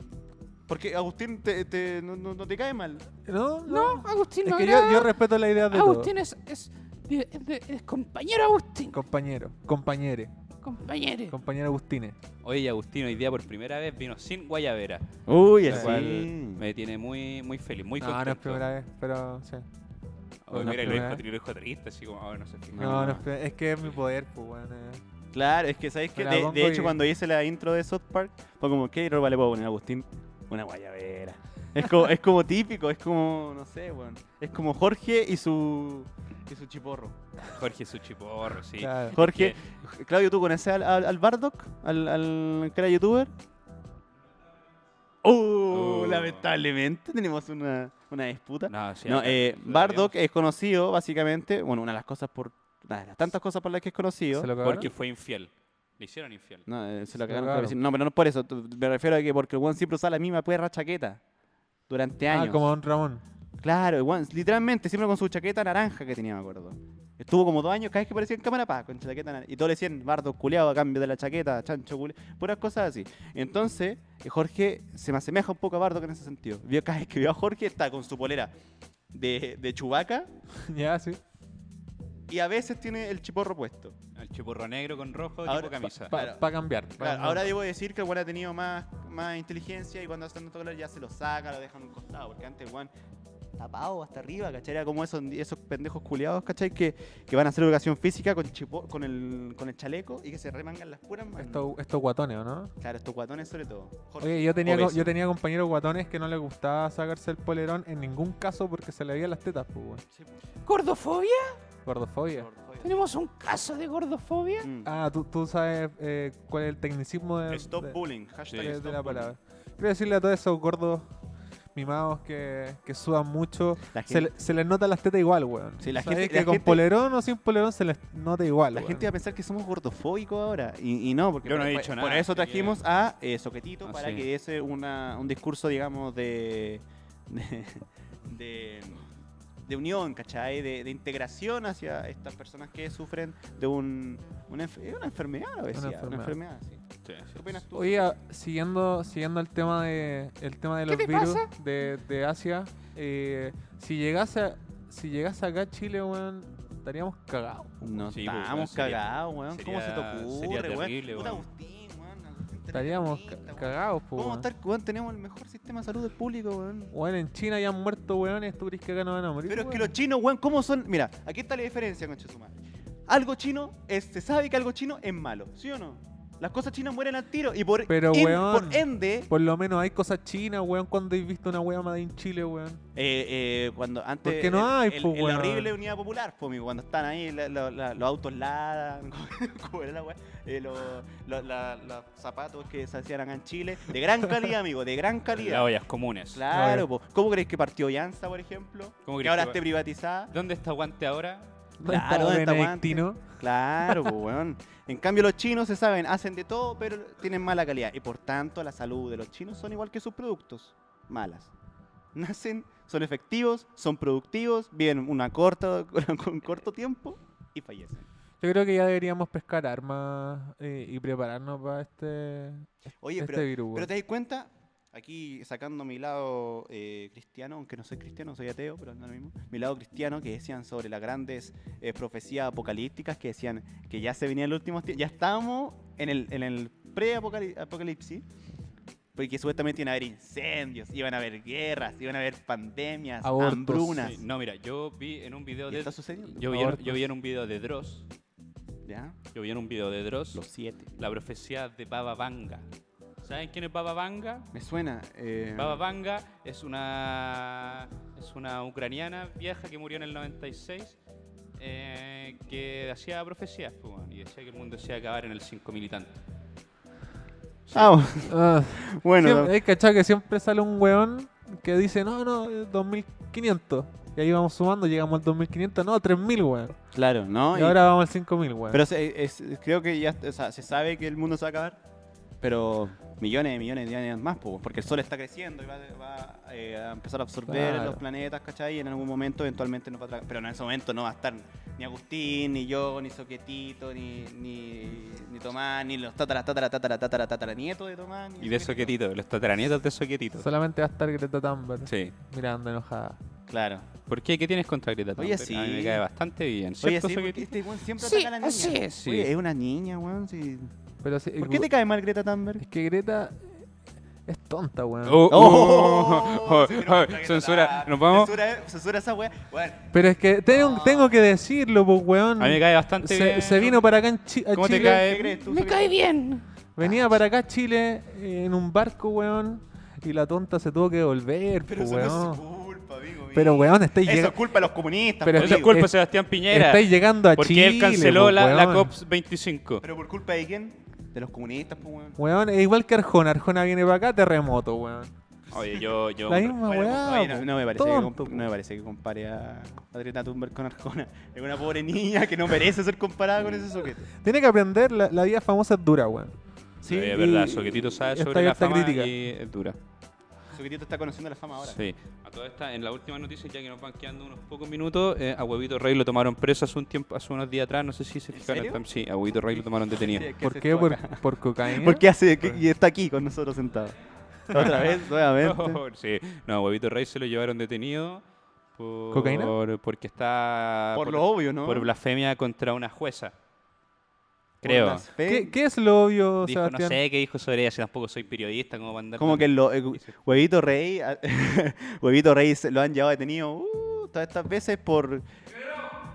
S3: Porque Agustín te, te- no, no- no te cae mal.
S5: no,
S7: No,
S5: no.
S7: Agustín
S5: Es
S7: no
S5: que yo,
S7: agrada.
S5: yo respeto la idea de todos.
S7: Agustín es, es, de- es de- es compañero Agustín.
S5: Compañero, compañere,
S7: compañero.
S5: compañero Agustine.
S6: Oye, y Agustín, hoy día por primera vez vino sin Guayavera.
S3: Uy,
S6: Lo cual me tiene muy, muy feliz, muy
S5: No, no es
S6: contento.
S5: primera vez, pero sí.
S6: Oye,
S5: no es
S6: mira, lo
S5: primera
S6: dijo,
S5: vez.
S6: lo dijo triste, así como, ahora no sé.
S5: No, no, es, pri- es que es mi poder, pues, weón. eh.
S3: Claro, es que sabes que
S5: Me la
S3: de,
S5: pongo
S3: de hecho
S5: y-
S3: cuando hice la intro de South Park, fue como, ¿qué ropa le puedo poner a Agustín? Una guayabera. Es como, es como típico, es como, no sé, weón. Es como Jorge y su. y su chiporro.
S6: Jorge es su chiporro, sí.
S5: Claro.
S3: Jorge, Claudio, ¿tú conoces al, al, al Bardock? ¿Al, al que era youtuber? Oh,
S6: Oh.
S3: lamentablemente tenemos una, una disputa. No,
S6: No, sí, acá-
S3: eh,
S6: lo
S3: Bardock es conocido básicamente, bueno, una de las cosas por, una de las tantas cosas por las que es conocido.
S5: ¿Se lo
S6: tenemos
S5: cagaron?
S6: Porque fue infiel. Le hicieron infiel.
S3: No, eh, se lo
S5: Se lo
S3: cagaron por
S5: cagaron.
S3: decir- No, pero no por eso. t- Me refiero a que porque el Juan siempre usa la misma perra chaqueta durante años.
S5: Ah, como Don Ramón. <laughs>
S3: Claro, el weón, literalmente, siempre con su chaqueta naranja que tenía, me acuerdo. Estuvo como dos años, cada vez que aparecía en cámara, pa, con chaqueta naranja. Y todos le decían, bardo culeado a cambio de la chaqueta, chancho culeado, puras cosas así. Entonces, eh, Jorge se me asemeja un poco a Bardo en ese sentido. Vio cada vez que vio a Jorge, está con su polera de, de chubaca
S5: ya, sí.
S3: y a veces tiene el chiporro puesto.
S6: El chiporro negro con rojo,
S3: Ahora,
S6: tipo camisa.
S5: Para
S3: Claro.
S5: cambiar. pa
S3: Claro,
S5: cambiar.
S3: ahora debo decir que el Juan ha tenido más, más inteligencia y cuando hace tanto color ya se lo saca, lo deja en un costado, porque antes el Juan tapados hasta arriba, ¿cachai? Era como esos, esos pendejos culiados, ¿cachai? Que, que van a hacer educación física con, chipo- con, el, con el chaleco y que se remangan las puras manos.
S5: Estos, estos guatones, ¿o ¿no?
S3: Claro, estos guatones sobre todo. Jorge,
S5: Oye, yo tenía, co-
S3: obeso.
S5: yo tenía compañeros guatones que no les gustaba sacarse el polerón en ningún caso porque se le veían las tetas, pues, weón.
S3: Sí,
S7: ¿Gordofobia?
S5: Gordofobia.
S3: pues,
S7: ¿Tenemos un caso de gordofobia?
S3: Mm.
S5: Ah, tú, tú sabes eh, cuál es el tecnicismo de,
S3: Stop
S5: de-
S3: bullying.
S5: de-
S3: Hashtag
S5: de
S3: stop
S5: la
S3: bullying.
S5: palabra. Quiero decirle a todos esos gordos mimados que, que sudan mucho.
S3: La
S5: Se,
S3: gente-
S5: le- se les nota las tetas igual, weón.
S3: Sí, la
S5: Sabes
S3: gente-
S5: que
S3: la
S5: con
S3: gente-
S5: polerón o sin polerón se les nota igual,
S3: La
S5: weón.
S3: gente va a pensar que somos gordofóbicos ahora. Y, y no, porque
S6: Yo no
S3: por,
S6: he
S3: por-
S6: dicho
S3: por
S6: nada,
S3: eso
S6: así que-
S3: trajimos a eh, Soquetito
S6: Ah,
S3: para
S6: sí.
S3: que diese una- un discurso, digamos, de. de, de- de unión, ¿cachai? De, de integración hacia estas personas que sufren de un, una, enf- es una enfermedad, a veces. Una
S5: enfermedad.
S3: enfermedad, sí.
S6: Sí, sí.
S3: ¿Qué opinas tú?
S5: Oye, a- siguiendo, siguiendo el tema de, el tema de los
S7: te
S5: virus
S7: pasa?
S5: de, de Asia, eh, si llegase a- si llegase acá a Chile, weón, estaríamos cagados.
S3: No,
S6: Sí, pues, weón,
S3: estábamos
S6: sería-
S3: cagados, weón. ¿Cómo se te
S6: sería-
S3: ocurre,
S6: sería terrible,
S3: weón? Puta
S6: weón.
S3: Agustín, weón. Agustín
S5: Estaríamos ca-
S3: terrorista, weón.
S5: cagados, po,
S3: ¿Cómo
S5: weón.
S3: estar, weón? Tenemos el mejor sistema de salud del público, weón.
S5: Weón, en China ya han muerto weones, tú crees que acá no van a morir.
S3: Pero es que
S5: weón?
S3: los chinos, weón, ¿cómo son? Mira, aquí está la diferencia, concha de su madre. Algo chino, es- se sabe que algo chino es malo, ¿sí o no? Las cosas chinas mueren al tiro y por,
S5: Pero,
S3: en-
S5: weón.
S3: por ende,
S5: Por lo menos hay cosas chinas, weón, cuando he visto una wea más en Chile, weón.
S3: eh, eh, cuando antes.
S5: ¿Por qué no hay,
S3: el-
S5: po,
S3: el- La
S5: weón?
S3: horrible unidad popular, po, mi, cuando están ahí la- la- la- los autos Lada, <laughs> ¿cómo era la weá? Eh, los, los- la- los zapatos que se hacían acá en Chile, de
S5: <laughs>
S3: gran calidad, amigo, de gran
S6: Las
S3: calidad.
S6: ollas comunes.
S3: Claro, po. ¿cómo creéis que partió Llanza, por ejemplo?
S6: ¿Cómo
S3: Que
S6: creéis
S3: ahora
S6: que-
S3: esté privatizada.
S6: ¿Dónde está Guante ahora?
S3: Claro, ¿dónde está
S5: Benedictino?
S3: Claro, pues, weón. En cambio, los chinos se saben, hacen de todo, pero tienen mala calidad. Y por tanto, la salud de los chinos son igual que sus productos. Malas. <laughs> Nacen, son efectivos, son productivos, viven una corta, <laughs> con corto tiempo y fallecen.
S5: Yo creo que ya deberíamos pescar armas eh, y prepararnos para este,
S3: Oye,
S5: este
S3: pero,
S5: virus, weón.
S3: pero te das cuenta, aquí sacando mi lado eh, cristiano, aunque no soy cristiano, soy ateo, pero no lo mismo, mi lado cristiano que decían sobre las grandes eh, profecías apocalípticas, que decían que ya se venía el último tiempo, ya estábamos en el, en el pre-apocalipsis, porque supuestamente iban a haber incendios, iban a haber guerras, iban a haber pandemias,
S5: Abortos.
S3: hambrunas.
S6: Sí, No, mira, yo vi en un video
S3: ¿Y
S6: de.
S3: está sucediendo?
S6: Yo vi, en, yo
S5: Abortos.
S6: vi en un video de Dross.
S3: ¿Ya?
S6: Yo vi en un video de Dross.
S3: Los siete.
S6: La profecía de Baba Vanga. ¿Saben quién es Baba Vanga?
S3: Me suena. eh,
S6: Baba Vanga es una, es una ucraniana vieja que murió en el 96 eh, que hacía profecías pues, bueno, y decía que el mundo se iba a acabar en el 5000 y tanto.
S3: ah, <laughs>
S5: Ah.
S3: bueno,
S5: Siempre- hay cachado que siempre sale un weón que dice, no, no, eh, 2500. Y ahí vamos sumando, llegamos al 2500, no, 3000, weón.
S3: claro, ¿no?
S5: y
S3: Y-
S5: ahora vamos al 5000, weón.
S3: Pero se- es- es- creo que ya o sea, se sabe que el mundo se va a acabar, pero millones y millones de años más, po, porque el Sol está creciendo y va, va, eh, a empezar a absorber
S5: Claro.
S3: los planetas, ¿cachai? Y en algún momento eventualmente nos va a tragar. Pero en ese momento no va a estar ni Agustín, ni yo, ni Soquetito, ni, ni, ni Tomás, ni los tatara, tatara, tatara, tatara, tatara, nieto de Tomás. ni
S6: Y de
S3: Soquetito.
S6: Soquetito, los tataranietos de Soquetito.
S5: Solamente va a estar Greta Thunberg
S6: Sí.
S5: mirando enojada.
S3: Claro.
S6: ¿Por qué? ¿Qué tienes contra Greta
S3: Oye,
S6: Thunberg? A mí me
S3: sí.
S6: cae bastante bien,
S3: Oye,
S6: ¿cierto,
S3: sí, porque
S6: Soquetito?
S3: este weón siempre
S7: Sí,
S3: ataca a la niña.
S7: así es.
S6: Sí.
S3: Oye, es una niña, weón. sí.
S5: Pero sí,
S3: ¿Por qué te
S5: eh,
S3: cae mal Greta Thunberg?
S5: es que Greta es tonta, weón.
S6: Oh, oh, <laughs> oh,
S3: Sí,
S6: oh,
S3: no, está que
S6: censura,
S3: está.
S6: nos vamos.
S3: Censura, eh, censura esa wea. Bueno,
S5: Pero es que
S3: Ah.
S5: tengo, tengo que decirlo, pues, weón.
S6: A mí me cae bastante
S5: Se,
S6: bien.
S5: se vino para acá en Chi- a
S6: ¿Cómo te
S5: Chile.
S6: cae?
S3: ¿qué crees tú?
S7: Me
S3: Sophie?
S7: cae bien.
S5: Venía para acá a Chile eh, en un barco, weón. Y la tonta se tuvo que volver,
S3: Pero
S5: pues,
S3: eso no
S5: weón.
S3: es su culpa, amigo. mío.
S5: Pero, weón, estáis,
S3: Eso
S5: llega-
S3: es culpa de los comunistas.
S5: Pero
S6: Eso
S3: amigo.
S6: es culpa de
S5: es-
S6: Sebastián Piñera.
S5: estáis llegando a
S6: Porque
S5: Chile.
S6: él canceló
S5: pues,
S6: la, la
S5: weón.
S6: COP25.
S3: Pero por culpa de quién? De los comunistas, pues, weón.
S5: Weón, es igual que Arjona. Arjona viene para acá, terremoto, weón.
S6: Oye, yo. yo
S5: La misma
S3: Bueno,
S5: weá.
S3: oye, no,
S5: po,
S3: no me parece
S5: tonto,
S3: que, comp-
S5: po.
S3: no me parece que compare a a Greta Thunberg con Arjona. <laughs> Es una pobre niña que no merece ser comparada con ese sujeto.
S5: Tiene que aprender, la, la vida famosa es dura, weón.
S6: Sí,
S5: y-
S6: es verdad, Soquetito sabe
S5: está
S6: sobre la
S5: abierta a
S6: fama
S5: crítica.
S6: y es dura.
S3: Suquitito está conociendo la fama ahora.
S6: Sí. A toda esta, en la última noticia, ya que nos van quedando unos pocos minutos, eh, a Huevito Rey lo tomaron preso hace un tiempo, hace unos días atrás, no sé si se
S3: ¿En
S6: fijaron.
S3: serio?
S6: tam- Sí, a Huevito Rey lo tomaron detenido.
S3: ¿Qué-
S5: ¿Por
S3: haces
S5: qué?
S3: tú
S5: Por,
S3: acá?
S5: por
S6: <laughs>
S5: cocaína.
S3: ¿Por qué hace que- y está aquí con nosotros <laughs> sentado? Otra vez, <laughs> nuevamente.
S6: No, <laughs> sí. No, a Huevito Rey se lo llevaron detenido por
S5: ¿Cocaína?
S6: porque está
S3: Ah, Por lo obvio, ¿no?
S6: por blasfemia contra una jueza. Creo.
S3: las fe-
S5: ¿Qué, qué es lo obvio,
S6: Dijo,
S5: Sebastián?
S6: no sé qué dijo sobre ella, si tampoco soy periodista, como para andar.
S3: Como que lo, eh, Huevito Rey, ah, <laughs> Huevito Rey se- lo han llevado detenido uh, todas estas veces por,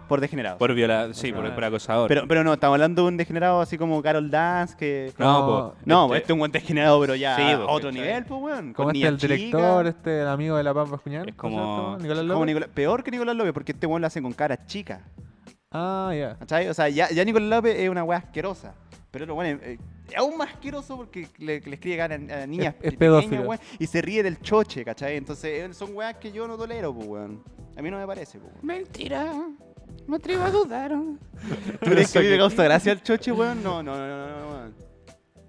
S3: por degenerado.
S6: Por violador, sí, por, por acosador.
S3: Pero, pero no, estamos hablando de un degenerado así como Carol Dance, que...
S5: Como-
S6: po.
S3: No,
S6: Este-
S3: este es un buen degenerado, pero ya
S6: Sí,
S3: a
S6: po,
S3: otro
S6: ¿cachai?
S3: nivel, pues, weón.
S5: Como
S3: Con
S5: este
S3: niña
S5: el
S3: chica,
S5: director, este el amigo de la Pampa Cuñán.
S6: Es como-
S5: este Nicolás
S3: como
S5: López.
S3: Nicolás- peor que Nicolás López, porque este weón lo hacen con cara chica.
S5: Ah, ya.
S3: ¿Cachai? O sea, ya, ya Nicolás López es una weá asquerosa. Pero lo bueno, eh, es aún más asqueroso porque le, le escribe cara a, a niñas
S5: Es- es
S3: pequeñas,
S5: pedófilo.
S3: weón, y se ríe del choche, ¿cachai? Entonces eh, son weas que yo no tolero, pues, weón. A mí no me parece, pues, weón.
S7: Mentira. Me atrevo a dudar.
S3: ¿Tú crees que a mí me causa gracia el choche, weón? No, no, no, no, no, no, weón.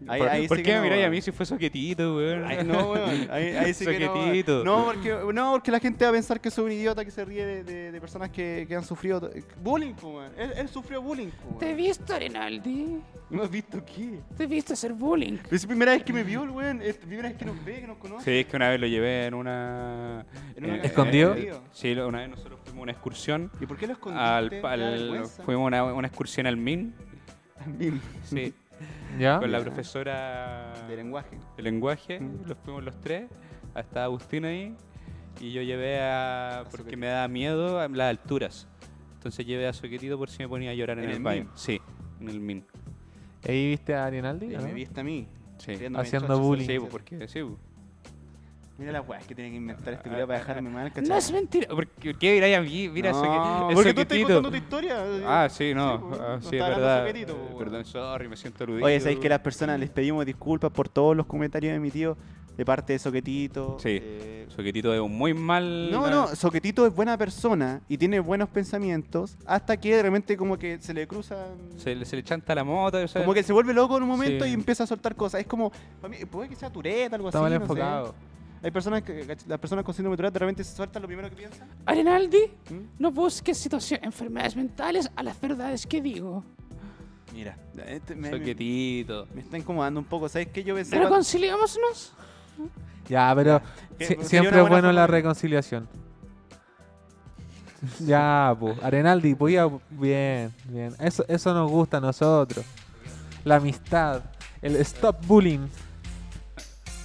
S3: Ahí,
S6: ¿Por,
S3: ahí
S6: por
S3: sí
S6: qué
S3: que
S6: me
S3: no,
S6: miráis a
S3: weón.
S6: mí si fue soquetito, weón?
S3: Ay, no, weón. Ahí, ahí sí que no.
S6: Soquetito.
S3: weón. No porque, no, porque la gente va a pensar que soy un idiota que se ríe de, de- de personas que, que han sufrido to- bullying, po, weón. Él, él sufrió bullying, po,
S7: Te he
S3: weón.
S7: visto, Rinaldi.
S3: ¿No has visto qué?
S7: Te he visto hacer bullying.
S3: Pero es la primera vez que me vio el weón. Es la primera vez que nos ve, que nos conoce.
S6: Sí, es que una vez lo llevé en una. eh,
S3: En una-
S5: ¿Escondido?
S6: sí, lo- una vez nosotros fuimos a una excursión.
S3: ¿Y por qué lo escondiste?
S6: Al,
S3: ¿Te da
S6: al-
S3: vergüenza? <laughs>
S6: fuimos a una, una excursión al MIN. Sí,
S5: ¿Ya?
S6: con la profesora
S3: De lenguaje.
S6: de lenguaje. Los fuimos los tres. Hasta Agustín ahí. Y yo llevé a. Porque me da miedo a las alturas. Entonces llevé a Soquetito por si me ponía a llorar en,
S3: ¿En
S6: el,
S3: el
S6: baño.
S3: Min?
S6: Sí, en el MIN.
S5: ¿Ahí viste a Rinaldi?
S3: Y
S5: o no?
S3: me viste a mí.
S6: Sí.
S3: riéndome de
S5: Haciendo
S3: chochos.
S5: bullying.
S6: Sí, pues, porque sí. pues.
S3: Mira las weas que tienen que inventar este video para dejarme mal, ¿cachai?
S7: No es mentira.
S6: ¿Por qué- qué miráis a mí? Mira,
S3: No,
S6: Soque-
S3: porque tú estás
S6: Soquetito.
S3: contando tu historia.
S6: Ah, sí, no.
S3: Sí, pues,
S6: ah,
S3: no
S6: sí, es
S3: estaba hablando
S6: verdad.
S3: soquetito,
S6: Eh,
S3: pues,
S6: Perdón,
S3: weón.
S6: sorry, me siento aludido.
S3: Oye, ¿sabéis que las personas les pedimos disculpas por todos los comentarios emitidos de parte de Soquetito?
S6: Sí.
S3: eh,
S6: Soquetito es un muy mal. ah,
S3: No, no, Soquetito es buena persona y tiene buenos pensamientos hasta que de repente como que se le cruzan...
S6: Se, le- se le chanta la moto. o sea,
S3: Como que se vuelve loco en un momento
S6: Sí.
S3: y empieza a soltar cosas. Es como, pa' mí, puede que sea Tourette, algo
S5: Está
S3: así.
S5: mal
S3: no sé.
S5: enfocado.
S3: Hay personas que, cach- las personas con síndrome de Tourette de repente se sueltan lo primero que piensan.
S7: Arenaldi,
S3: ¿Mm?
S7: no busques situaciones, enfermedades mentales a las verdades que digo.
S3: Mira, este me, me,
S6: Soquetito.
S3: me está incomodando un poco. ¿Sabes qué? Yo pensé... cuando-
S7: Reconciliémonos.
S5: Ya, pero
S3: que-
S5: si-
S3: sería
S5: siempre
S3: una
S5: es
S3: buena
S5: bueno
S3: forma
S5: la
S3: de-
S5: reconciliación. <laughs> ya, pues. Arenaldi, pues ya, bien, bien. Eso, eso nos gusta a nosotros. La amistad. El stop bullying.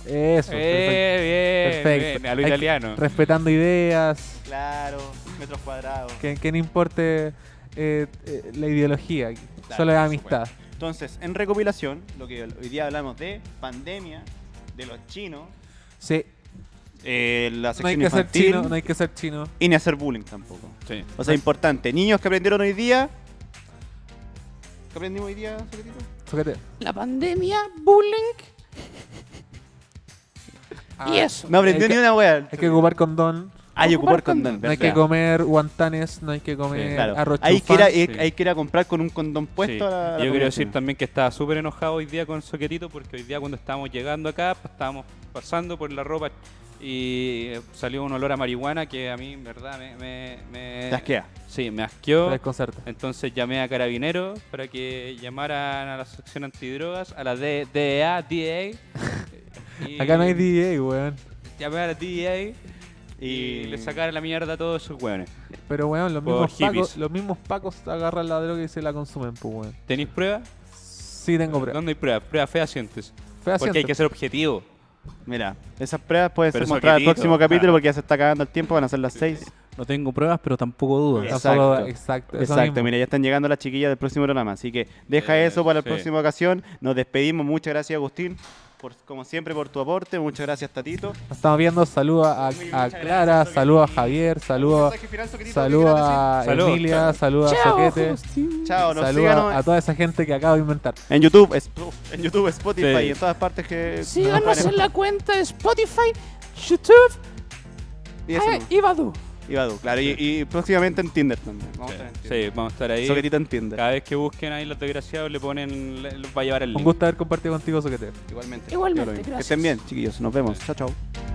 S5: Eso. perfecto.
S6: Eh, bien,
S5: Perfecto.
S6: bien, A lo
S5: Hay que-
S6: italiano.
S5: Respetando ideas.
S3: Claro, metros cuadrados.
S5: Que, que no importe eh, eh, la ideología. Solo es
S3: por
S5: amistad.
S3: Entonces, en recopilación, lo que hoy día hablamos de pandemia, de los chinos,
S5: Sí.
S3: eh, la
S5: No hay
S3: sección
S5: que ser
S3: infantil
S5: chino, no hay que ser chino.
S3: y ni hacer bullying tampoco.
S6: Sí.
S3: O sea, importante. Niños que aprendieron hoy día. ¿Qué aprendimos hoy día, Soquetito?
S5: Fíjate.
S7: La pandemia, bullying.
S3: Ah,
S7: y eso.
S3: No aprendió
S5: Hay que-
S3: ni una wea.
S5: Hay que ocupar condón.
S3: Hay que ocupar
S7: ocupar
S3: condón.
S5: No hay que
S3: ¿verdad?
S5: comer guantanes, no hay que comer
S3: Sí, claro.
S5: arroz
S3: Hay que, ir
S5: chufán.
S3: a, hay-
S6: sí.
S3: hay que ir a comprar con un condón puesto.
S6: Sí.
S3: a la- a la
S6: Yo quiero
S3: población.
S6: decir también que estaba súper enojado hoy día con Soquetito porque hoy día cuando estábamos llegando acá pa- estábamos pasando por la ropa y eh, salió un olor a marihuana que a mí en verdad me... me, me-
S3: Te asquea.
S6: Sí, me
S5: Te
S6: asqueó.
S5: desconcerta.
S6: Entonces llamé a Carabineros para que llamaran a la sección antidrogas, a la D- DEA, DEA. y
S5: Acá no hay E DJ, weón.
S6: Llamé a la DEA y, le sacaron la mierda a todos esos hueones.
S5: Pero weón, los
S6: Por
S5: mismos, pacos,
S6: hippies.
S5: los mismos pacos agarran la droga y se la consumen, pues weón.
S6: ¿Tenéis pruebas?
S5: Sí tengo pruebas.
S6: ¿Dónde hay pruebas? Pruebas feas sientes.
S5: Fue así.
S6: Porque hay que ser objetivo.
S3: Mira, esas pruebas pueden
S6: Pero
S3: ser mostradas al
S6: Soquetito,
S3: próximo capítulo
S6: claro.
S3: porque ya se está acabando el tiempo, van a ser las 6.
S8: No tengo pruebas, pero tampoco dudas.
S3: Yes.
S5: Exacto.
S3: Exacto.
S5: Exacto. eso
S3: Exacto,
S5: mismo.
S3: mira, ya están llegando las chiquillas del próximo programa, así que deja
S6: Eh,
S3: eso para la
S6: sí.
S3: próxima ocasión. Nos despedimos, muchas gracias Agustín, por, como siempre por tu aporte, muchas gracias Tatito.
S5: Nos estamos viendo. Saludos a, a Clara, saludos a Javier, saludos saludo a
S6: Saludos,
S5: Emilia, saludos a
S7: Chao,
S5: Soquete.
S7: Justin.
S3: Chao, nos
S5: Saludos
S3: síganos
S5: a toda esa gente que acabo de inventar.
S3: en YouTube, es- en YouTube, Spotify
S6: Sí.
S3: y en todas partes que
S7: Síganos en la cuenta de Spotify, YouTube
S3: y, eso
S7: eh,
S3: nomás.
S7: y Badoo.
S3: Y Badu, claro, y, y próximamente en Tinder también. Vamos
S6: Sí,
S3: a estar en Tinder.
S6: sí, vamos a estar ahí.
S3: Soquetito en Tinder.
S6: Cada vez que busquen ahí los desgraciados le ponen, le- los va a llevar el
S5: Un
S6: link.
S5: gusto haber compartido contigo, Soquete.
S3: Igualmente.
S7: Igualmente,
S3: Que
S7: gracias.
S3: estén bien, chiquillos. Nos vemos. Chao, chao.